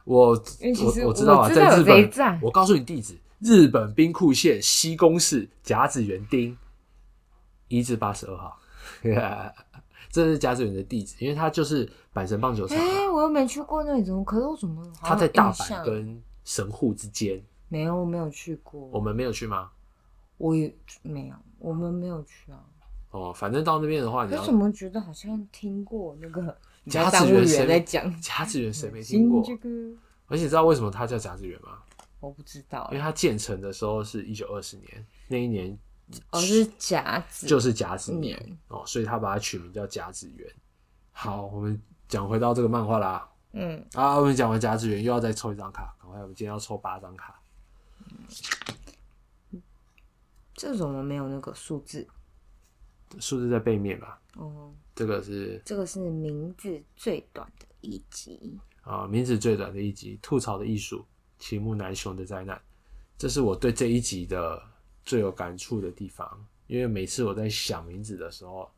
B: 我我
A: 因为其实
B: 我知道啊，
A: 我知道
B: 在
A: 有
B: 日
A: 这一
B: 本，
A: 站
B: 我告诉你地址：日本兵库县西宫市甲子园町一至八十二号。 这是甲子园的地址，因为它就是阪神棒球场啊、
A: 哎，我又没去过那里，怎么？可是我怎么好像
B: 它在大
A: 印象
B: 阪跟神户之间。
A: 没有，我没有去过。
B: 我们没有去吗？
A: 我也没有，我们没有去啊。
B: 哦，反正到那边的话，你
A: 可
B: 要
A: 是怎么觉得好像听过那 个
B: 甲
A: 耽
B: 子
A: 误
B: 园
A: 人
B: 谁
A: 在讲
B: 甲子园谁没听过？
A: 这个
B: 而且知道为什么它叫甲子园吗？
A: 我不知道
B: 因为，它建成的时候是一九二四年，那一年
A: 哦是甲子，
B: 就是甲子年
A: 年
B: 哦，所以他把它取名叫甲子园。好，我们讲回到这个漫画啦。
A: 嗯，
B: 啊，我们讲完甲子园，又要再抽一张卡，赶快，我们今天要抽八张卡。
A: 这怎么没有那个数字？
B: 数字在背面吧，
A: 哦，
B: 这个是
A: 这个是名字最短的一集，
B: 啊、名字最短的一集，吐槽的艺术，齐木楠雄的灾难。这是我对这一集的最有感触的地方，因为每次我在想名字的时候，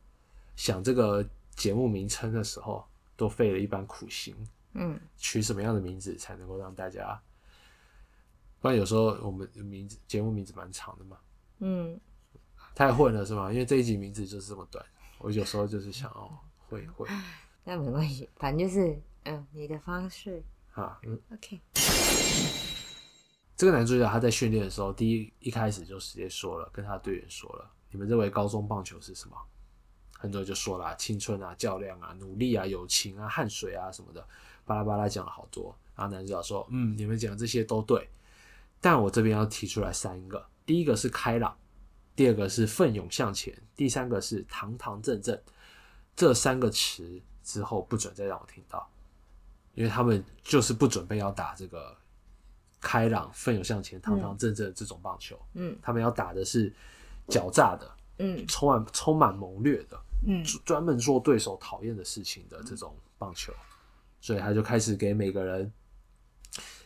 B: 想这个节目名称的时候，都费了一番苦心。
A: 嗯，
B: 取什么样的名字才能够让大家？不然有时候我们名字节目名字蛮长的嘛，
A: 嗯，
B: 太混了是吗？因为这一集名字就是这么短，我有时候就是想哦，会会
A: 那没关系，反正就是嗯你的方式
B: 啊，嗯，
A: ，OK，
B: 这个男主角他在训练的时候，第一一开始就直接说了，跟他队员说了，你们认为高中棒球是什么？很多人就说啦，青春啊，较量啊，努力啊，友情啊，汗水啊什么的，巴拉巴拉讲了好多。然后男主角说，嗯，你们讲这些都对，但我这边要提出来三个，第一个是开朗，第二个是奋勇向前，第三个是堂堂正正。这三个词之后不准再让我听到，因为他们就是不准备要打这个开朗、奋勇向前、堂堂正正的这种棒球，
A: 嗯
B: 他们要打的是狡诈的、
A: 嗯
B: 充满充满谋略的、
A: 嗯
B: 专门做对手讨厌的事情的这种棒球，所以他就开始给每个人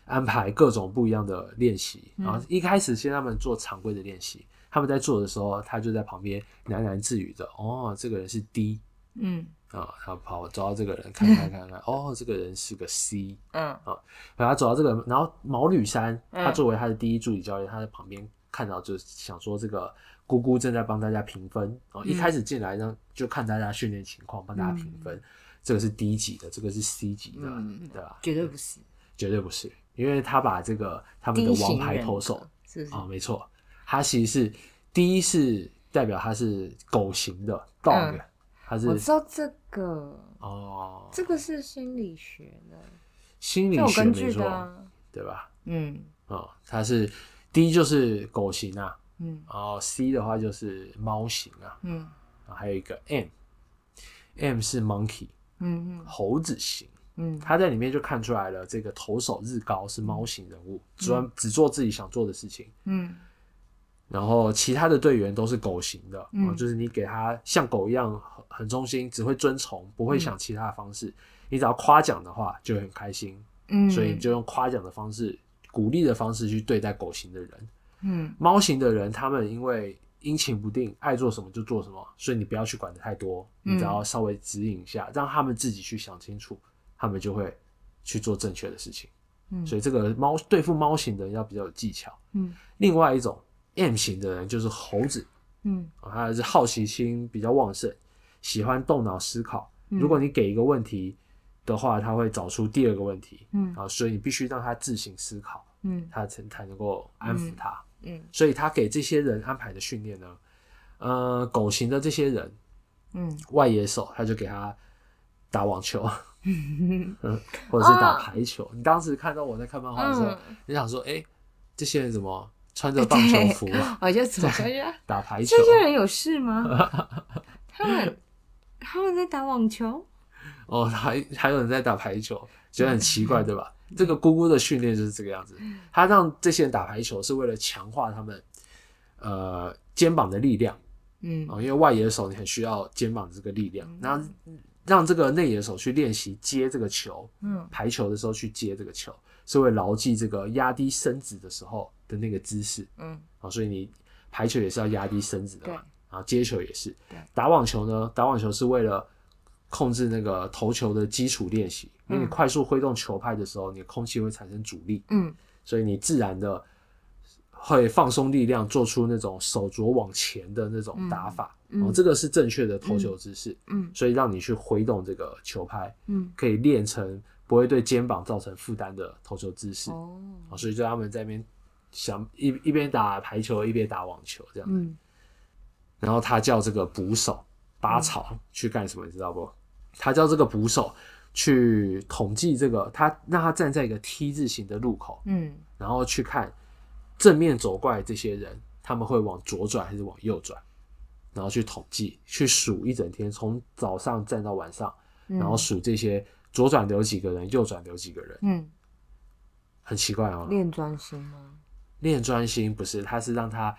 B: 安排各种不一样的练习。然后一开始先让他们做常规的练习，他们在做的时候，他就在旁边喃喃自语的：“哦，这个人是 D
A: 嗯
B: 啊，他跑找到这个人，看看看看，哦，这个人是个 C。”
A: 嗯
B: 然后他走到这个，然后毛吕山，
A: 嗯
B: 他作为他的第一助理教练，他在旁边看到，就是想说这个姑姑正在帮大家评分。然后
A: 嗯
B: 一开始进来让就看大家训练情况，帮大家评分。这个是 D 级的，这个是 C 级的，
A: 嗯
B: 对吧？
A: 绝对不是
B: 绝对不是，因为他把这个他们的
A: D 型
B: 王牌
A: 人
B: 投
A: 格
B: 手
A: 是不是
B: 啊、？没错，他其实是 D 是代表他是狗型的 dog，、
A: 嗯
B: 他
A: 我知
B: 是
A: 道这个，
B: 哦
A: 这个是心理学的，
B: 心理
A: 这有
B: 学
A: 根
B: 没
A: 据
B: 错，
A: 的啊，
B: 对吧？
A: 嗯
B: 哦，它是 D 就是狗型啊，
A: 嗯
B: 然后 C 的话就是猫型啊，
A: 嗯
B: 然后还有一个 M，M 是 monkey
A: 嗯嗯
B: 猴子型。
A: 嗯，
B: 他在里面就看出来了，这个投手日高是猫型人物，专只做自己想做的事情。
A: 嗯
B: 然后其他的队员都是狗型的，
A: 嗯
B: 哦就是你给他像狗一样很很忠心，只会遵从，不
A: 嗯
B: 会想其他的方式。你只要夸奖的话，就会很开心，
A: 嗯，
B: 所以你就用夸奖的方式、鼓励的方式去对待狗型的人。
A: 嗯
B: 猫型的人，他们因为阴晴不定，爱做什么就做什么，所以你不要去管的太多，
A: 嗯
B: 你只要稍微指引一下，让他们自己去想清楚，他们就会去做正确的事情。
A: 嗯，
B: 所以这个猫对付猫型的人要比较有技巧。
A: 嗯
B: 另外一种 M 型的人就是猴子，
A: 嗯
B: 啊他是好奇心比较旺盛，喜欢动脑思考。
A: 嗯
B: 如果你给一个问题的话，他会找出第二个问题，
A: 嗯
B: 啊，所以你必须让他自行思考，
A: 嗯
B: 他才才能够安抚他。
A: 嗯
B: 所以他给这些人安排的训练呢，呃，狗型的这些人，
A: 嗯
B: 外野手，他就给他打网球，嗯或者是打排球。你当时看到我在看漫画的时候，
A: 嗯，
B: 你想说，哎、这些人怎么穿着棒球服
A: 我就走过去啊。
B: 打排球
A: 这？些人有事吗？他们他们在打网球？
B: 哦，还还有人在打排球，觉得很奇怪，对吧？这个姑姑的训练就是这个样子，他让这些人打排球是为了强化他们呃肩膀的力量。
A: 嗯
B: 哦，因为外野手你很需要肩膀的这个力量，然后让这个内野手去练习接这个球，
A: 嗯
B: 排球的时候去接这个球，是会牢记这个压低身子的时候的那个姿势
A: 嗯
B: 哦，所以你排球也是要压低身子的
A: 对
B: 嘛，然后接球也是
A: 对，
B: 打网球呢，打网球是为了。控制那个投球的基础练习，因为你
A: 嗯
B: 快速挥动球拍的时候，你的空气会产生阻力，
A: 嗯
B: 所以你自然的会放松力量，做出那种手镯往前的那种打法。
A: 嗯
B: 哦，这个是正确的投球姿势，
A: 嗯
B: 所以让你去挥动这个球拍，
A: 嗯
B: 可以练成不会对肩膀造成负担的投球姿势。哦
A: 哦
B: 所以就他们在那边想一一边打排球一边打网球这样。
A: 嗯
B: 然后他叫这个捕手八草去干什么，你知道不？他叫这个捕手去统计这个，他让他站在一个 T 字形的路口，
A: 嗯
B: 然后去看正面走过来这些人，他们会往左转还是往右转，然后去统计，去数一整天，从早上站到晚上，
A: 嗯，
B: 然后数这些左转留几个人，右转留几个人，
A: 嗯
B: 很奇怪哦。
A: 练专心吗？
B: 练专心不是，他是让他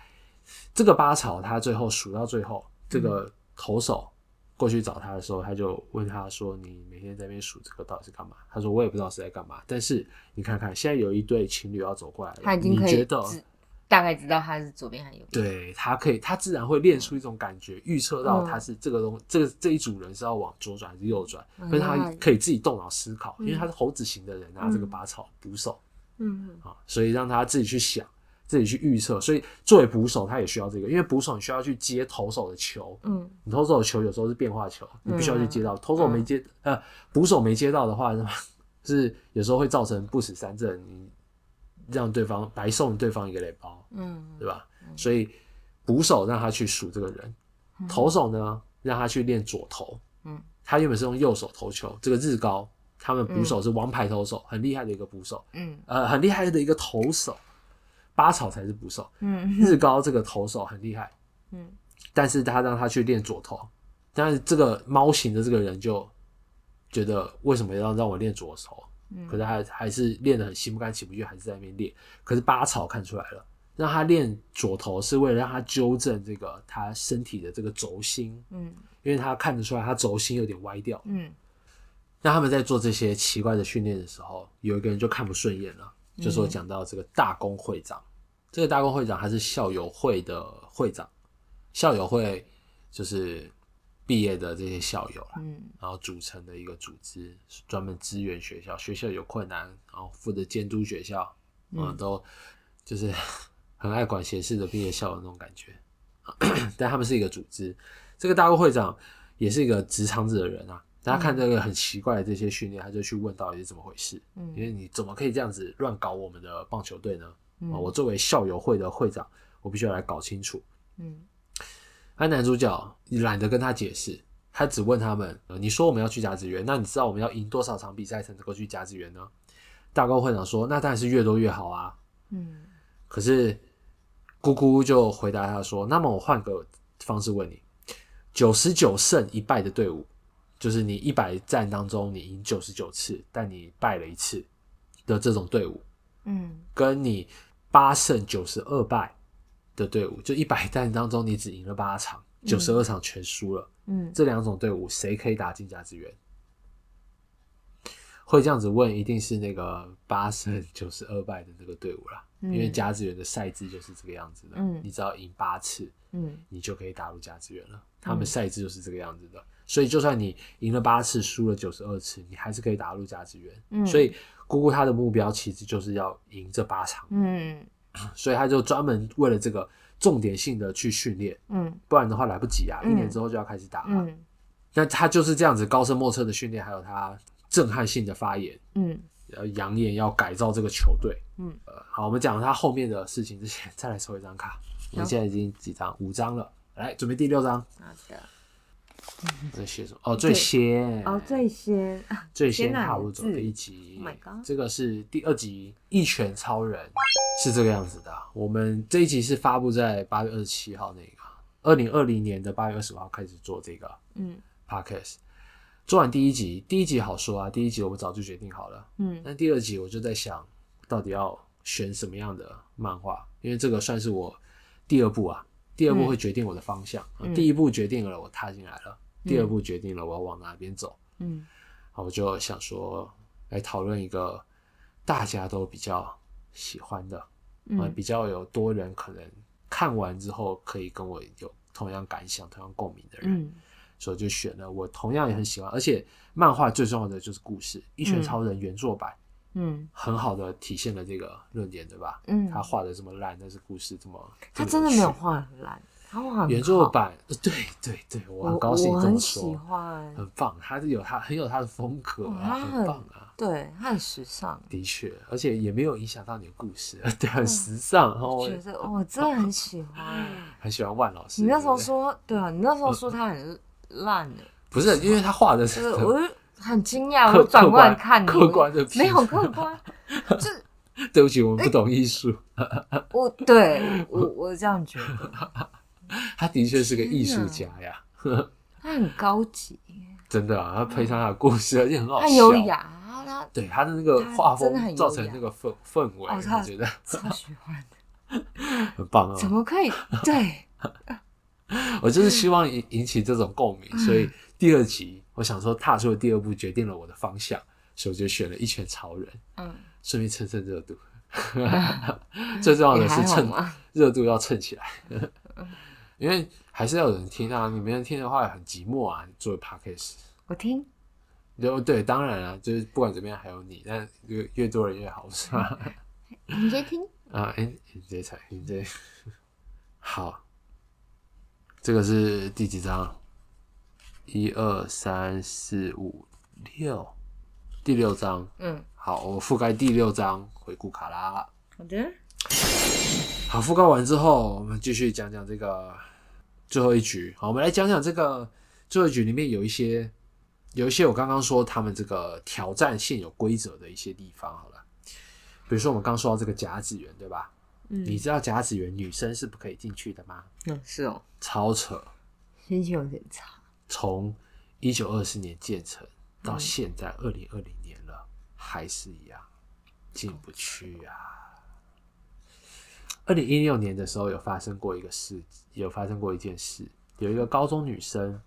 B: 这个八草，他最后数到最后，这
A: 嗯
B: 个投手过去找他的时候，他就问他说：“你每天在那边数这个到底是干嘛？”他说：“我也不知道是在干嘛，但是你看看，现在有一对情侣要走过来了，
A: 他已经可
B: 你
A: 以
B: 觉得
A: 知大概知道他是左边还是右边。
B: 对他可以，他自然会练出一种感觉，预测
A: 嗯
B: 到他是这个东、这个这一组人是要往左转还是右转，
A: 嗯
B: 但是他可以自己动脑思考，
A: 嗯
B: 因为他是猴子型的人啊，
A: 嗯
B: 这个拔草捕手
A: 嗯
B: 啊，所以让他自己去想，自己去预测。所以作为捕手，他也需要这个，因为捕手你需要去接投手的球，
A: 嗯
B: 你投手的球有时候是变化球，你必须要去接到，投手
A: 嗯
B: 没接呃捕手没接到的话， 是有时候会造成不死三振，你让对方白送对方一个垒包。
A: 嗯
B: 对吧？所以捕手让他去数这个人，投手呢让他去练左投。
A: 嗯，
B: 他原本是用右手投球，这个日高他们捕手是王牌投手，很厉害的一个捕手，
A: 嗯
B: 呃，很厉害的一个投手，八草才是捕手，
A: 嗯
B: 日高这个投手很厉害，
A: 嗯
B: 但是他让他去练左投，但是这个猫型的这个人就觉得为什么要让我练左手？
A: 嗯
B: 可是还还是练得很心不甘情不愿，还是在那边练。可是八草看出来了，让他练左投是为了让他纠正这个他身体的这个轴心，
A: 嗯
B: 因为他看得出来他轴心有点歪掉。
A: 嗯
B: 那他们在做这些奇怪的训练的时候，有一个人就看不顺眼了，就是我讲到这个大工会长，这个大工会长他是校友会的会长，校友会就是毕业的这些校友啦，
A: 嗯
B: 然后组成的一个组织，是专门支援学校，学校有困难，然后负责监督学校，嗯，都就是 很爱管闲事的毕业校友那种感觉。 但他们是一个组织，这个大会会长也是一个直肠子的人啊。他看这个很奇怪的这些训练，他就去问到底是怎么回事。
A: 嗯
B: 因为你怎么可以这样子乱搞我们的棒球队呢？
A: 嗯
B: 啊，我作为校友会的会长，我必须要来搞清楚。
A: 嗯
B: 而男主角懒得跟他解释，他只问他们：“呃你说我们要去甲子园，那你知道我们要赢多少场比赛才能够去甲子园呢？”大高会长说：“那当然是越多越好啊。
A: 嗯”
B: 可是姑姑就回答他说：“那么我换个方式问你，九十九胜一败的队伍，就是你一百战当中你赢九十九次，但你败了一次的这种队伍，
A: 嗯
B: 跟你八胜九十二败的队伍，就一百战当中你只赢了八场，九十二场全输了，
A: 嗯，
B: 这两种队伍谁可以打进甲子园？会这样子问，一定是那个八胜九十二败的那个队伍啦，
A: 嗯
B: 因为甲子园的赛制就是这个样子的，
A: 嗯
B: 你只要赢八次，
A: 嗯
B: 你就可以打入甲子园了。他们赛制就是这个样子的，所以就算你赢了八次，输了九十二次，你还是可以打入甲子园。
A: 嗯
B: 所以姑姑她的目标其实就是要赢这八场，
A: 嗯
B: 所以她就专门为了这个重点性的去训练，
A: 嗯
B: 不然的话来不及啊，
A: 嗯
B: 一年之后就要开始打了。
A: 嗯
B: 那她就是这样子高深莫测的训练，还有她震撼性的发言，
A: 嗯
B: 呃，扬言要改造这个球队。
A: 嗯
B: 呃，好，我们讲她后面的事情之前，再来抽一张卡。我们
A: 好
B: 现在已经几张？五张了，来准备第六张。
A: 好的。
B: 这写什么？哦，最先
A: 哦，最先
B: 最先踏入走第一集
A: 天哪有字 Oh my god
B: 这个是第二集《一拳超人》，是这个样子的。啊我们这一集是发布在八月二十七号那个，啊二零二零年的八月二十五号开始做这个
A: 嗯
B: podcast。做完第一集，第一集好说啊，第一集我们早就决定好了。
A: 嗯
B: 但第二集我就在想，到底要选什么样的漫画？因为这个算是我第二部啊，第二部
A: 嗯
B: 会决定我的方向。
A: 嗯
B: 第一部决定了我踏进来了，第二部决定了我要往哪边走。
A: 嗯
B: 好，我就想说来讨论一个大家都比较喜欢的，啊，
A: 嗯
B: 比较有多人可能看完之后可以跟我有同样感想、同样共鸣的人。
A: 嗯
B: 所以就选了我同样也很喜欢，而且漫画最重要的就是故事，《一拳超人》原作版
A: 嗯，
B: 很好的体现了这个论点，对吧？
A: 嗯
B: 他画的这么烂，但是故事这么，
A: 他
B: 这
A: 真
B: 么
A: 的
B: 有
A: 没有
B: 趣
A: 画得很烂，他画得很
B: 原作
A: 好，
B: 版，呃对对对，我
A: 我
B: 很高兴
A: 我
B: 这
A: 很
B: 么
A: 喜
B: 说，
A: 欢，
B: 很棒，他是有他很有他的风格
A: 哦
B: 啊，
A: 他
B: 很
A: 很
B: 棒啊。
A: 对，他很时尚。
B: 的确，而且也没有影响到你的故事，对，
A: 嗯
B: 很时尚。然后我
A: 觉得我真的很喜欢。
B: 很喜欢万老师。
A: 你那时候
B: 对不对
A: 说，对啊，你那时候说他很烂的，
B: 不是，因为他画
A: 就
B: 的
A: 是是
B: 很
A: 我就很惊讶，我
B: 客
A: 就转过来看你，
B: 客观客观的
A: 没有
B: 评价
A: 客观，就是
B: 对不起，
A: 哎
B: 我们不懂艺术。
A: 我对我我这样觉得，
B: 他的确是个艺术
A: 天
B: 家呀，
A: 他很高级，
B: 真的啊，他配上他的故事，而且很好
A: 嗯
B: 笑。
A: 他优雅，他他
B: 对他的那个
A: 他
B: 画
A: 真的很
B: 风
A: 优
B: 造成
A: 雅
B: 那个氛氛围，
A: 哦他
B: 我觉得
A: 超喜欢的，
B: 很棒
A: 怎
B: 啊！
A: 么 可以？对，
B: 我就是 希望引引起这种共鸣，所
A: 嗯
B: 以第二集我想说踏出了第二步，决定了我的方向，所以我就选了一拳超人，
A: 嗯，
B: 顺便蹭蹭热 度。 最重要
A: 也
B: 的
A: 还
B: 是
A: 好
B: 蹭
A: 嘛，
B: 热度要蹭起来， 因为还是要有人听啊，你没人听的话很寂寞啊，作为 podcast。
A: 我听
B: 对对，当然啊，就是不管怎么样还有你，但越越多人越好，是吧？
A: 你先听，
B: 啊，哎、你这才，你这 好，这个是第几章？一二三四五六，第六章。
A: 嗯，
B: 好，我覆盖第六章回顾卡啦。
A: 好的，
B: 好，覆盖完之后，我们继续讲讲这个最后一局。好，我们来讲讲这个最后一局里面有一些，有一些我刚刚说他们这个挑战现有规则的一些地方。好了，比如说我们刚说到这个甲子园，对吧？
A: 嗯
B: 你知道甲子园女生是不可以进去的吗？
A: 嗯，是哦，
B: 超扯！
A: 心情有点差，
B: 从一九二四年建成到现在二零二零年了，还是一样进不去啊。二零一六年的时候有发生过一个事，有发生过一件事，有一个高中女生，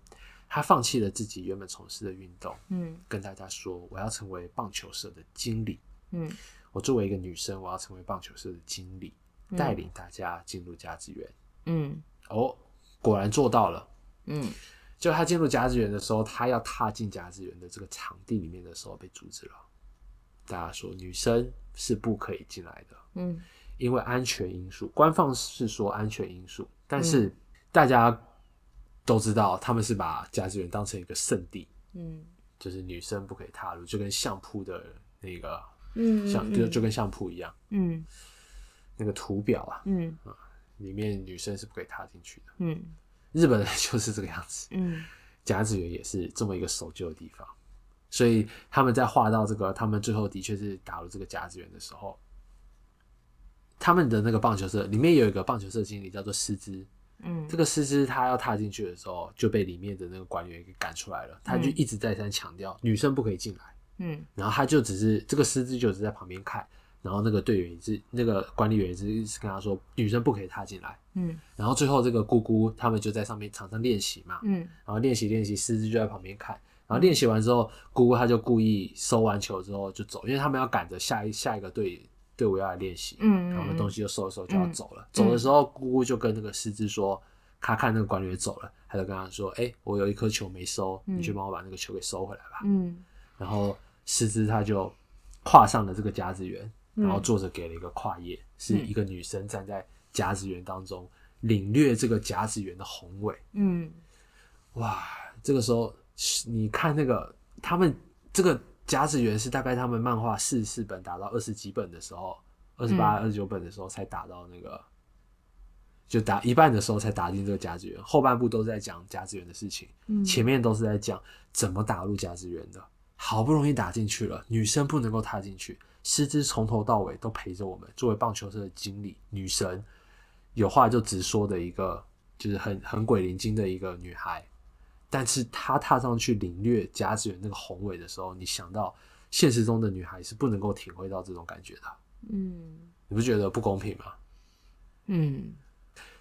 B: 她放弃了自己原本从事的运动，
A: 嗯
B: 跟大家说我要成为棒球社的经理。
A: 嗯
B: 我作为一个女生，我要成为棒球社的经理，带领大家进入甲子园。
A: 嗯
B: 哦，果然做到了。
A: 嗯，
B: 就他进入甲子园的时候，他要踏进甲子园的这个场地里面的时候被阻止了。大家说女生是不可以进来的，
A: 嗯
B: 因为安全因素。官方是说安全因素，但是
A: 嗯
B: 大家都知道他们是把甲子园当成一个圣地，
A: 嗯
B: 就是女生不可以踏入，就跟相扑的那个
A: 嗯
B: 像就就跟相扑一样，
A: 嗯
B: 那个图表啊，
A: 嗯
B: 里面女生是不可以踏进去的。
A: 嗯
B: 日本人就是这个样子，
A: 嗯
B: 甲子园也是这么一个守旧的地方，所以他们在画到这个，他们最后的确是打入这个甲子园的时候，他们的那个棒球社里面有一个棒球社经理叫做师之，
A: 嗯
B: 这个师之他要踏进去的时候就被里面的那个管理员给赶出来了，他就一直再三强调女生不可以进来，
A: 嗯
B: 然后他就只是这个师之就只是在旁边看，然后那个队员也是那个管理员也是一直跟他说女生不可以踏进来。
A: 嗯
B: 然后最后这个姑姑他们就在上面场上练习嘛，
A: 嗯
B: 然后练习练习，狮子就在旁边看。然后练习完之后，姑姑她就故意收完球之后就走，因为他们要赶着下一下一个队队伍要来练习，
A: 嗯
B: 然后他们东西就收一收就要走了。
A: 嗯
B: 走的时候，姑姑就跟那个狮子说，他看那个管理员走了，他就跟他说：“哎、我有一颗球没收，
A: 嗯
B: 你去帮我把那个球给收回来吧。
A: 嗯
B: 然后狮子他就跨上了这个夹子园，
A: 嗯
B: 然后作者给了一个跨页，是一个女生站在夹子园当中，领略这个夹子园的宏伟。
A: 嗯
B: 哇，这个时候是你看那个他们这个甲子园是大概他们漫画四十四本打到二十几本的时候，二十八、二十九本的时候才打到那个，就打一半的时候才打进这个甲子园，后半部都在讲甲子园的事情，
A: 嗯
B: 前面都是在讲怎么打入甲子园的。好不容易打进去了，女生不能够踏进去，师资从头到尾都陪着我们。作为棒球社的经理，女神有话就直说的一个，就是很很鬼灵精的一个女孩。但是她踏上去领略甲子园那个宏伟的时候，你想到现实中的女孩是不能够体会到这种感觉的，
A: 嗯
B: 你不觉得不公平吗？
A: 嗯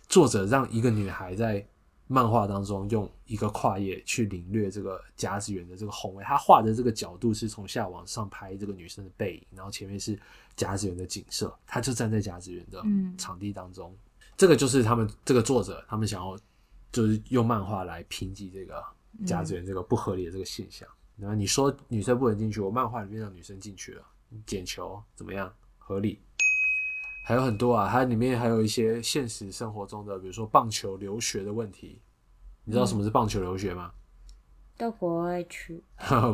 B: 作者让一个女孩在漫画当中用一个跨页去领略这个甲子园的这个宏伟，他画的这个角度是从下往上拍这个女生的背影，然后前面是甲子园的景色，她就站在甲子园的
A: 嗯
B: 场地当中。这个就是他们这个作者他们想要就是用漫画来评级这个甲子园这个不合理的这个现象。然后你说女生不能进去，我漫画里面让女生进去了，你捡球怎么样合理？还有很多啊，它里面还有一些现实生活中的，比如说棒球留学的问题。你知道什么是棒球留学吗？
A: 到国外去，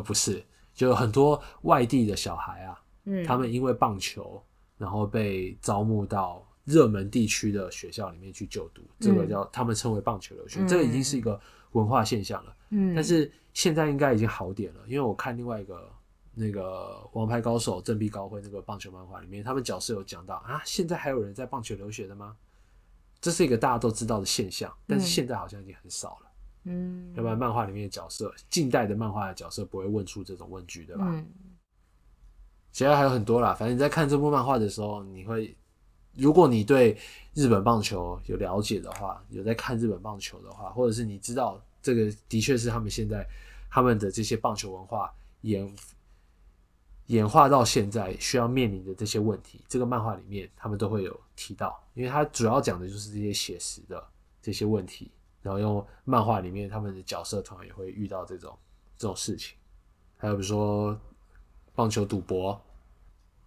B: 不是，就有很多外地的小孩啊，
A: 嗯
B: 他们因为棒球，然后被招募到热门地区的学校里面去就读，这个叫他们称为棒球留学，
A: 嗯
B: 这个已经是一个文化现象了。
A: 嗯
B: 但是现在应该已经好点了，因为我看另外一个那个《王牌高手》振臂高辉那个棒球漫画里面，他们角色有讲到啊，现在还有人在棒球留学的吗？这是一个大家都知道的现象，但是
A: 嗯
B: 现在好像已经很少了。
A: 嗯
B: 要不然漫画里面的角色，近代的漫画的角色不会问出这种问句，对吧？
A: 嗯
B: 其他还有很多啦，反正你在看这部漫画的时候，你会，如果你对日本棒球有了解的话，有在看日本棒球的话，或者是你知道这个的确是他们现在他们的这些棒球文化演演化到现在需要面临的这些问题，这个漫画里面他们都会有提到，因为它主要讲的就是这些写实的这些问题，然后用漫画里面他们的角色同样也会遇到这种这种事情。还有比如说棒球赌博，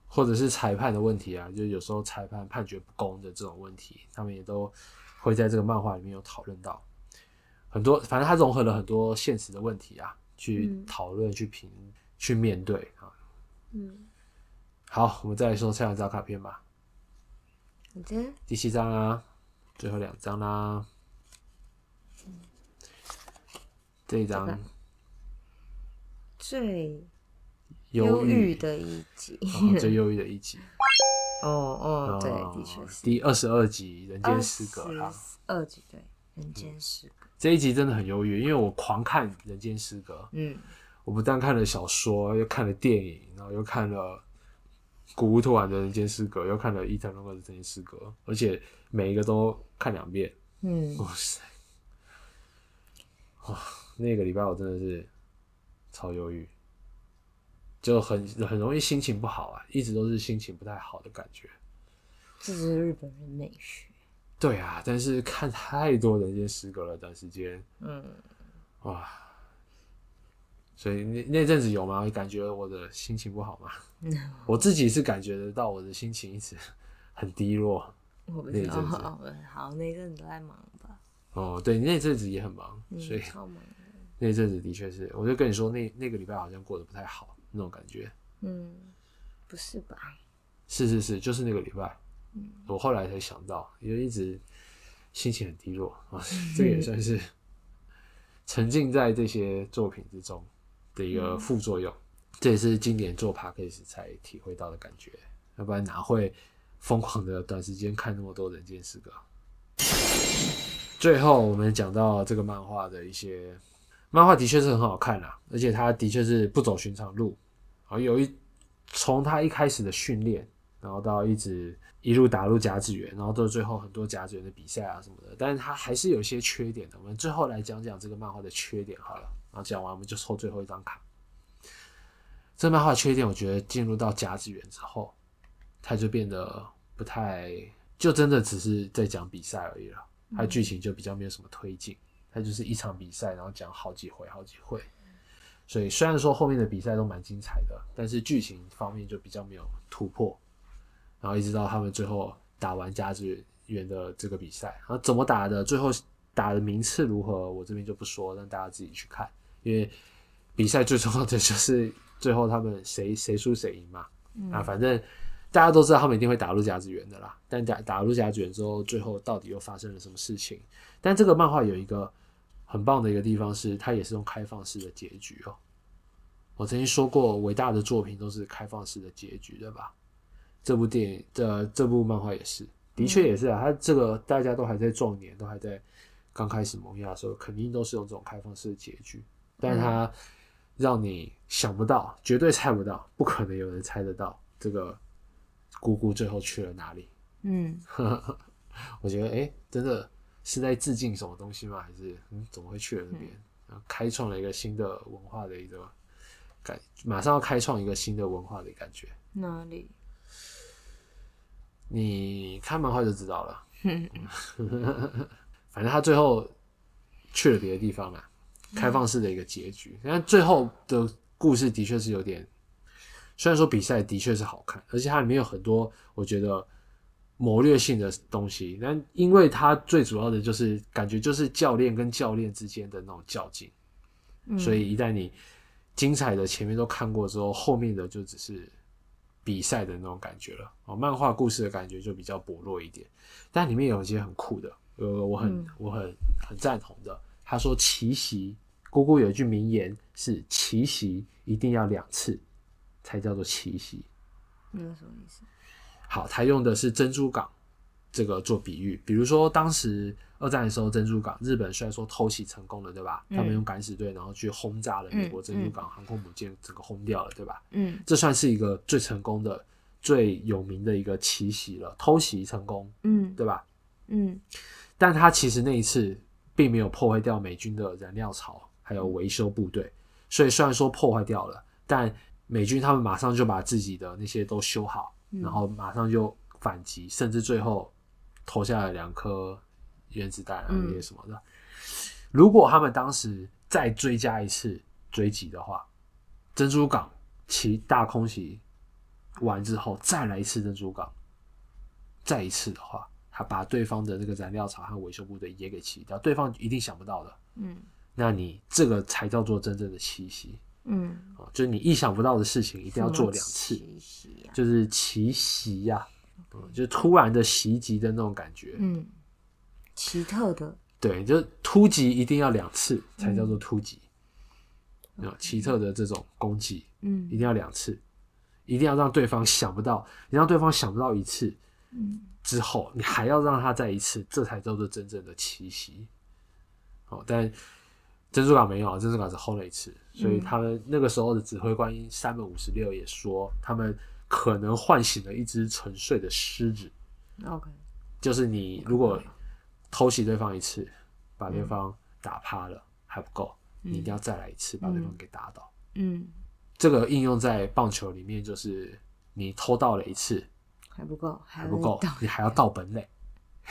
B: 或者是裁判的问题啊，就有时候裁判判决不公的这种问题，他们也都会在这个漫画里面有讨论到很多。反正它融合了很多现实的问题啊，去
A: 嗯
B: 讨论、去评、去面对啊。
A: 嗯，
B: 好，我们再来说下两张卡片吧。
A: 好的，
B: 第七张啊，最后两张啦。这一张
A: 这个最
B: 忧
A: 郁
B: 郁，
A: 的一集，
B: 哦最忧郁的一集。
A: 哦 哦，对，
B: 哦
A: 的确是
B: 第二十二集《人哦间失格》啦。
A: 二集对，人间失格，
B: 这一集真的很忧郁，因为我狂看《人间失格》，
A: 嗯
B: 我不但看了小说，又看了电影，然后又看了古乌托尔的《人间失格》，又看了伊藤润二的《人间失格》，而且每一个都看两遍。
A: 嗯
B: 哇塞！啊，那个礼拜我真的是超忧郁，就很很容易心情不好啊，一直都是心情不太好的感觉。
A: 这就是日本人美学，
B: 对啊，但是看太多人间失格了，短时间
A: 嗯
B: 哇，所以那那阵子有吗？感觉我的心情不好吗？
A: 嗯，
B: 我自己是感觉得到我的心情一直 很低落。
A: 我不
B: 那一
A: 知道，
B: 阵子
A: 哦好，那一阵子都在忙吧，
B: 哦，对，那阵子也很忙，
A: 嗯
B: 所以
A: 超忙，
B: 那阵子的确是，我就跟你说，那那个礼拜好像过得不太好那种感觉。
A: 嗯，不是吧？
B: 是是是，就是那个礼拜，我后来才想到，因为一直心情很低落啊，这个也算是沉浸在这些作品之中的一个副作用。这也是经典做 p a c k a g e 才体会到的感觉，要不然哪会疯狂的短时间看那么多人间失格？最后我们讲到这个漫画的一些，漫画的确是很好看啦，而且它的确是不走寻常路，啊，有一从他一开始的训练，然后到一直一路打入甲子园，然后到最后很多甲子园的比赛啊什么的，但是它还是有一些缺点的。我们最后来讲讲这个漫画的缺点好了，然后讲完我们就抽最后一张卡。这漫画的缺点，我觉得进入到甲子园之后，它就变得不太，就真的只是在讲比赛而已了。它剧情就比较没有什么推进，它就是一场比赛，然后讲好几回、好几回。所以虽然说后面的比赛都蛮精彩的，但是剧情方面就比较没有突破。然后一直到他们最后打完甲子园的这个比赛，然后怎么打的，最后打的名次如何，我这边就不说，让大家自己去看。因为比赛最重要的就是最后他们谁 谁输谁赢嘛。啊，反正大家都知道他们一定会打入甲子园的啦。但打打入甲子园之后，最后到底又发生了什么事情？但这个漫画有一个很棒的一个地方是，它也是用开放式的结局哦。我曾经说过，伟大的作品都是开放式的结局，对吧？这部电影这这部漫画也是，的确也是啊。它这个大家都还在壮年，都还在刚开始萌芽的时候，肯定都是用这种开放式的结局，但它让你想不到，绝对猜不到，不可能有人猜得到这个姑姑最后去了哪里。
A: 嗯，
B: 我觉得，哎、真的是在致敬什么东西吗？还是嗯，怎么会去了那边？然后开创了一个新的文化的一个感，马上要开创一个新的文化的感觉。
A: 哪里？
B: 你看漫画就知道了。 反正他最后去了别的地方了，开放式的一个结局。但最后的故事的确是有点，虽然说比赛的确是好看，而且它里面有很多我觉得谋略性的东西。但因为它最主要的就是感觉就是教练跟教练之间的那种较劲，
A: 嗯
B: 所以一旦你精彩的前面都看过之后，后面的就只是比赛的那种感觉了。哦，漫画故事的感觉就比较薄弱一点，但里面有一些很酷的，呃，我很、
A: 嗯
B: 我很很赞同的。他说奇袭，姑姑有一句名言是奇袭一定要两次才叫做奇袭。
A: 嗯那个什么意思？
B: 好，他用的是珍珠港这个做比喻，比如说当时二战的时候，珍珠港日本虽然说偷袭成功了，对吧？
A: 嗯
B: 他们用敢死队然后去轰炸了美国珍珠港航空母舰，整个轰掉了，对吧？
A: 嗯
B: 这算是一个最成功的、最有名的一个奇袭了，偷袭成功，
A: 嗯
B: 对吧？
A: 嗯
B: 但他其实那一次并没有破坏掉美军的燃料槽，还有维修部队，所以虽然说破坏掉了，但美军他们马上就把自己的那些都修好，
A: 嗯
B: 然后马上就反击，甚至最后投下了两颗原子弹啊
A: 嗯
B: 那些什么的。如果他们当时再追加一次追击的话，珍珠港其大空袭完之后再来一次珍珠港，再一次的话，他把对方的这个燃料槽和维修部队也给骑掉，对方一定想不到的。
A: 嗯
B: 那你这个才叫做真正的奇袭
A: 嗯，
B: 啊！就是你意想不到的事情一
A: 一
B: 定要做两次，
A: 奇袭呀、
B: 就是奇袭呀、嗯，就是突然的袭击的那种感觉。
A: 嗯，奇特的，
B: 对，就是突击一定要两次才叫做突击。啊、奇特的这种攻击一
A: 嗯
B: 定要两次，一定要让对方想不到，你让对方想不到一次
A: 嗯
B: 之后，你还要让他再一次，这才叫做真正的奇袭。哦，但珍珠港没有，珍珠港只轰了一次，所以
A: 嗯
B: 他们那个时候的指挥官山本五十六也说，他们可能唤醒了一只沉睡的狮子。
A: 嗯，OK，
B: 就是你如果偷袭对方一次，把对方打趴了、还不够，你一定要再来一次，把对方给打倒。
A: 嗯，
B: 这个应用在棒球里面，就是你偷到了一次
A: 还不够，
B: 还
A: 还
B: 不
A: 有
B: 够
A: 一道，
B: 你还要到本垒，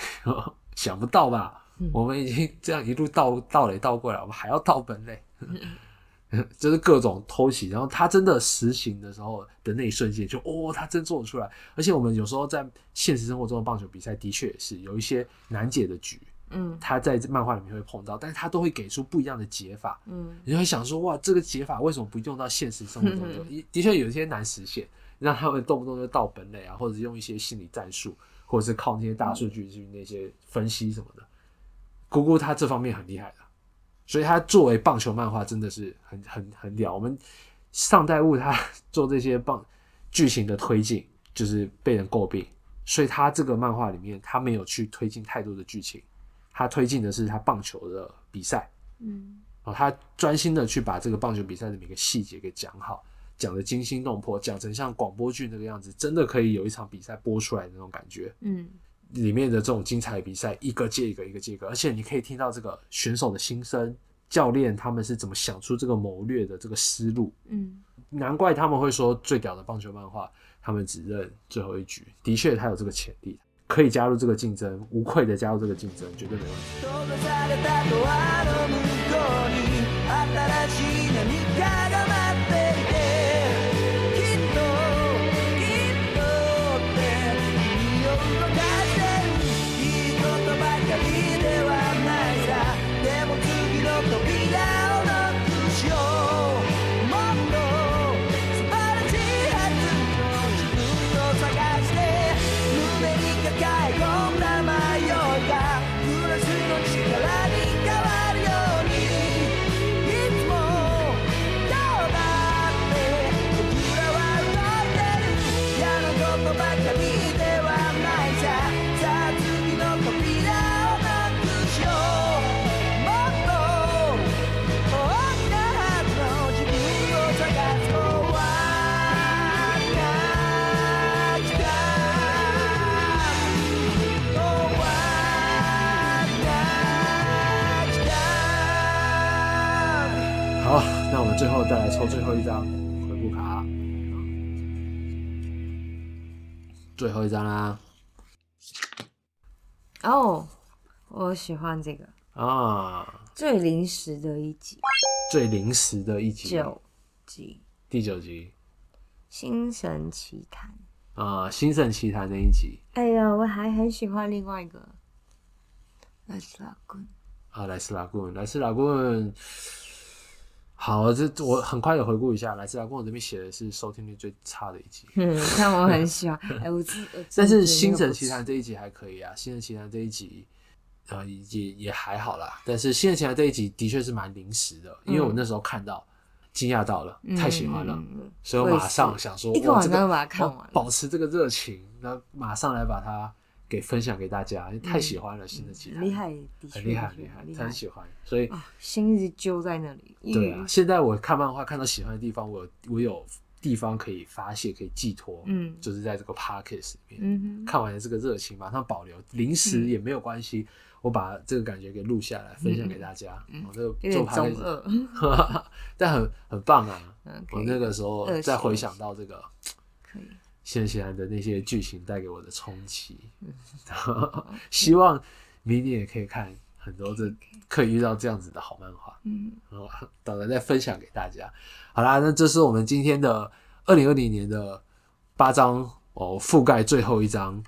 B: 想不到吧？
A: 嗯
B: 我们已经这样一路倒倒垒倒过来，我们还要到本垒， 就是各种偷袭。然后他真的实行的时候的那一瞬间就，哦，他真做得出来。而且我们有时候在现实生活中的棒球比赛，的确也是有一些难解的局，
A: 嗯
B: 他在漫画里面会碰到，但是他都会给出不一样的解法。
A: 嗯
B: 你会想说，哇，这个解法为什么不用到现实生活中
A: 嗯
B: 用？的的确有一些难实现，让他们动不动就到本垒啊，或者是用一些心理战术，或者是靠那些大数据去那些分析什么的。姑姑她这方面很厉害的，所以她作为棒球漫画真的是很很很屌。我们上代物他 做这些棒剧情的推进，就是被人诟病，所以他这个漫画里面他没有去推进太多的剧情，他推进的是他棒球的比赛。
A: 嗯
B: 哦，他专心的去把这个棒球比赛的每个细节给讲好，讲的惊心动魄，讲成像广播剧那个样子，真的可以有一场比赛播出来的那种感觉。
A: 嗯，
B: 里面的这种精彩比赛，一个接一个，一个接一个，而且你可以听到这个选手的心声，教练他们是怎么想出这个谋略的这个思路。
A: 嗯，
B: 难怪他们会说最屌的棒球漫画，他们只认最后一局。的确，他有这个潜力，可以加入这个竞争，无愧的加入这个竞争，绝对没问题。
C: 閉ざされたドアの向こうに新しい何かが待っていてきっときっとって耳を動かしてるいいことばかりではないさでも次の扉をノックしようもっと素晴らしいはずの自分を探して胸に抱え込んだ迷いがプラスの力に変わるようにいつもどうだって僕らは動いてる嫌なことばかりではないささあ次の扉をなくしようもっと大きなはずの自分を探す Oh
B: 好，那我们最后再来抽最后一张回顾卡，最后一张啦。
A: 哦，我喜欢这个
B: 啊，
A: 最临时的一集
B: 最临时的一集，
A: 九集
B: 第九集
A: 《星神奇谈》。
B: 啊，《星盛奇谭》那一集
A: 哎呀，我还很喜欢另外一个《来自拉棍》。
B: 啊，莱斯拉棍，莱斯拉棍。好，这我很快的回顾一下，莱斯拉棍我这边写的是收听率最差的一集，
A: 嗯，但我很喜欢。哎，我自我自己觉得那个
B: 但是《
A: 不
B: 星辰奇
A: 错
B: 谭》这一集还可以啊，《星辰奇谭》这一集，呃，也也还好啦。但是《星辰奇谭》这一集的确是蛮临时的，因为我那时候看到，惊讶到了，太喜欢了，
A: 嗯
B: 所以我马上想说，
A: 我也是一个
B: 哇
A: 晚
B: 这
A: 上就把它看完了
B: 我保持这个热情，然后马上来把它给分享给大家，太喜欢了《星辰奇谭》，
A: 嗯厉害，的确
B: 很厉害，很
A: 的确
B: 厉害
A: 很，厉嗯
B: 很喜欢。所以，
A: 啊，心一直揪在那里。
B: 对啊，现在我看漫画看到喜欢的地方，我有我有地方可以发泄，可以寄托，
A: 嗯
B: 就是在这个 podcast 里面。
A: 嗯哼，
B: 看完了这个热情，马上保留，临时也没有关系，我把这个感觉给录下来，分享给大家。我、这个
A: 有
B: 做
A: 点中
B: podcast，
A: 二。
B: 但很很棒啊！
A: OK
B: 我那个时候
A: 恶习
B: 再回想到这个
A: 可以，
B: 现起来的那些剧情带给我的冲击， 希望明年也可以看很多这可以遇到这样子的好漫画。
A: 嗯，
B: 好吧， 当然再分享给大家。好啦，那这是我们今天的二零二零年的八张哦，覆盖最后一张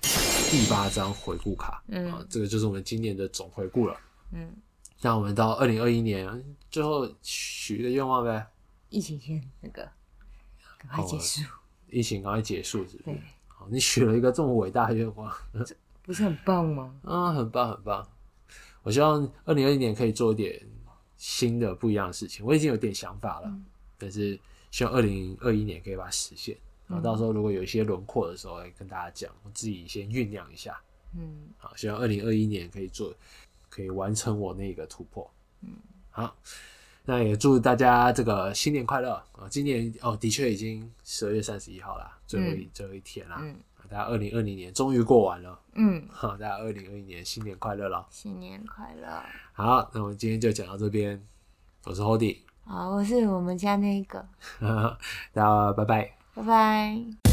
B: 第八张回顾卡。
A: 嗯
B: 啊，这个就是我们今年的总回顾了。
A: 嗯，
B: 那我们到二零二一年最后许一个愿望呗，
A: 疫情先那个，赶快结束，
B: 疫情赶快结束，是不是
A: 对？
B: 好，你许了一个这么伟大的愿望，
A: 不是很棒吗？
B: 啊，很棒很棒。我希望二零二一年可以做一点新的不一样的事情。我已经有点想法了，但是希望二零二一年可以把它实现。然后到时候如果有一些轮廓的时候，来跟大家讲，我自己先酝酿一下。
A: 嗯，
B: 啊，希望二零二一年可以做，可以完成我那个突破。嗯，好，那也祝大家这个新年快乐啊！今年哦，的确已经十二月三十一号啦，最后一、最后一天啦。
A: 嗯
B: 啊大家二零二零年终于过完了。
A: 嗯，
B: 好，大家二零二一年新年快乐了！
A: 新年快乐！
B: 好，那我们今天就讲到这边，我是 Hody，
A: 好，我是我们家那一个，
B: 大家拜拜。
A: 拜拜。